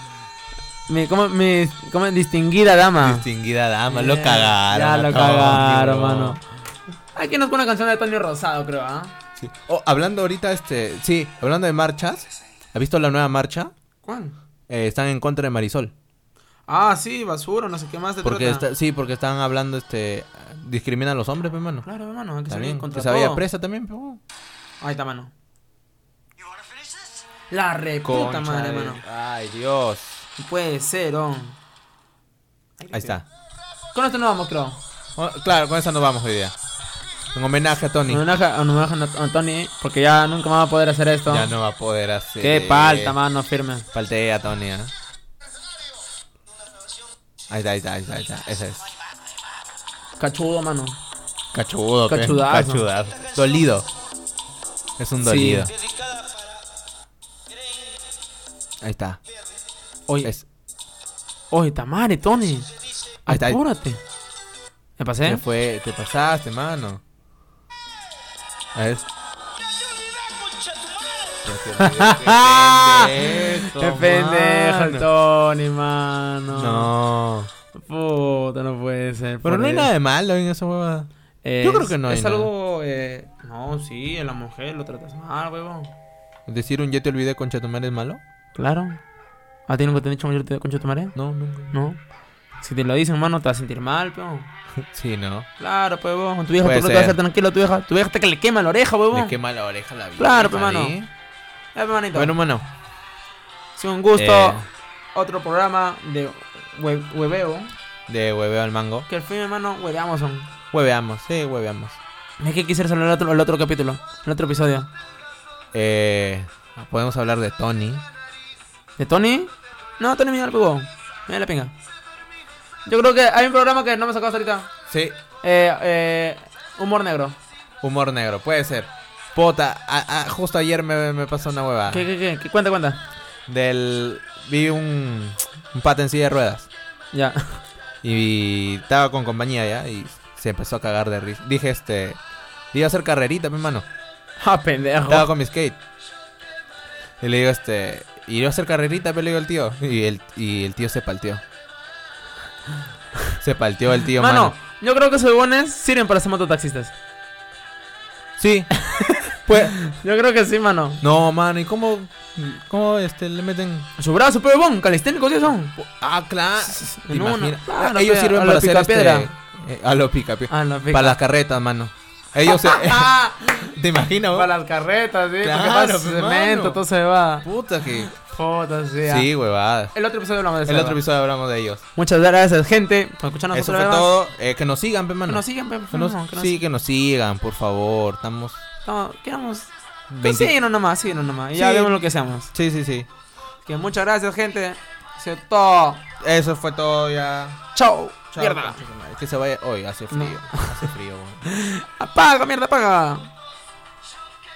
S1: Mi, ¿cómo, mi, cómo es? distinguida dama.
S2: Distinguida dama, lo
S1: Eh,
S2: cagaron.
S1: Ya lo
S2: a Tony,
S1: cagaron,
S2: huevón.
S1: mano. Aquí nos pone una canción de Antonio Rosado, creo, ¿ah?
S2: Sí. Oh, hablando ahorita, este. Sí, hablando de marchas. ¿Has visto la nueva marcha?
S1: ¿Cuál?
S2: Eh, están en contra de Marisol.
S1: Ah, sí, basura, no sé qué más de
S2: Porque está- sí, porque están hablando, este. Discriminan a los hombres, pues, mano.
S1: Claro, hermano, hay que salir
S2: También.
S1: contra
S2: Que se había
S1: todo.
S2: presa también, pues, huevón.
S1: Ahí está, mano. La reputa
S2: Concha
S1: madre,
S2: de-
S1: mano.
S2: Ay, Dios.
S1: Puede ser, oh.
S2: Ahí está.
S1: Con esto nos vamos, creo.
S2: Oh, claro, con eso nos vamos hoy día. En homenaje a Tony.
S1: Nos homenaje- nos homenaje a Tony, porque ya nunca más va a poder hacer esto.
S2: Ya no va a poder hacer.
S1: Qué palta, mano, firme.
S2: Falté a Tony, ¿eh? Ahí está, ahí está, ahí está, ahí está. Ese es.
S1: Cachudo, mano.
S2: Cachudo, pe.
S1: Cachudazo.
S2: Cachudazo. Dolido. Es un dolido. Ahí está.
S1: Oye,
S2: Es-
S1: oye, Tamare, Tony.
S2: Ahí está.
S1: Apúrate. ¿Me pasé?
S2: Te fue, te pasaste, mano. A ver.
S1: Qué pendejo el
S2: mano.
S1: Tony, mano.
S2: No.
S1: Puta, no puede ser.
S2: Pero
S1: por
S2: no hay
S1: él.
S2: nada de malo en esa huevada. Yo
S1: Es-
S2: creo que no hay
S1: Es
S2: nada.
S1: algo. eh, no, sí, a la mujer lo tratas mal, huevón.
S2: Decir un yo te olvidé con Chatumar es malo.
S1: Claro. ¿A ti nunca te han dicho mayor concha tu marea?
S2: No, nunca.
S1: No. Si te lo dicen, mano, te vas a sentir mal, peón.
S2: Sí, no.
S1: Claro, peón. Tu vieja,
S2: Puede
S1: tú no te vas a
S2: ser.
S1: hacer tranquilo, tu vieja. Tu vieja hasta que le quema la oreja,
S2: Me
S1: huevón.
S2: quema la oreja la vida.
S1: Claro, pe, mano.
S2: ¿sí?
S1: Ya, pe, manito.
S2: Bueno, mano.
S1: Sí, un gusto.
S2: eh,
S1: Otro programa de hue- hueveo.
S2: de hueveo al mango.
S1: Que al fin, hermano, hueveamos. son.
S2: Hueveamos, sí, hueveamos.
S1: Es que quisiera hablar el otro, el otro capítulo, el otro episodio.
S2: Eh, podemos hablar de Tony.
S1: ¿De Tony? No, Tony me dio el huevo. Me dio la pinga. Yo creo que hay un programa que no me sacabas ahorita.
S2: Sí,
S1: Eh, eh, humor negro.
S2: humor negro, puede ser. Pota, a- a- justo ayer me, me pasó una huevada.
S1: ¿Qué, qué, qué? ¿Qué? Cuenta, cuenta.
S2: Del. Vi un. Un pata en silla de ruedas.
S1: Ya.
S2: Y estaba con compañía ya. Y se empezó a cagar de risa. Dije, este. Iba a hacer carrerita, pues, mi hermano.
S1: Ah, pendejo.
S2: Estaba con mi skate. Y le digo, este. Y yo a hacer carrerita, pero le digo al tío. Y el, y el tío se palteó. Se palteó el tío,
S1: mano,
S2: mano.
S1: yo creo que esos huevones sirven para ser mototaxistas.
S2: Sí. pues.
S1: Yo creo que sí, mano.
S2: No, mano, ¿y cómo. ¿Cómo este, le meten.?
S1: Su brazo, pero bon, calisténicos sí son.
S2: Ah, claro.
S1: En una, claro,
S2: Ellos
S1: pe,
S2: sirven
S1: a
S2: para
S1: la
S2: hacer
S1: picapiedra.
S2: este, eh, a los picapiedra.
S1: Ah, la pica.
S2: Para las carretas, mano. Ellos se.
S1: Ah,
S2: ¿Te imaginas,
S1: para
S2: weón?
S1: las carretas, sí.
S2: Claro,
S1: Claro,
S2: pe,
S1: cemento,
S2: mano.
S1: todo se va.
S2: Puta que.
S1: Fotos, sí. ah.
S2: Sí, huevadas.
S1: El otro episodio hablamos de eso.
S2: El otro episodio hablamos de ellos.
S1: Muchas gracias, gente, por escucharnos
S2: Eso
S1: otra
S2: fue
S1: vez más.
S2: todo. Eh, que nos sigan, pe, mano.
S1: Que nos sigan, pe,
S2: Que nos-
S1: no, que nos-
S2: sí, que nos sigan, por favor. Estamos.
S1: no, queramos- pues
S2: 20...
S1: síguenos nomás, síguenos nomás. Y ya
S2: Sí.
S1: vemos lo que seamos.
S2: Sí, sí, sí.
S1: Que muchas gracias, gente. Se todo.
S2: Eso fue todo ya.
S1: Chau.
S2: Chao,
S1: Mierda.
S2: concha su madre. Que se vaya hoy. Hace frío. Hace frío, weón.
S1: Apaga, mierda, apaga.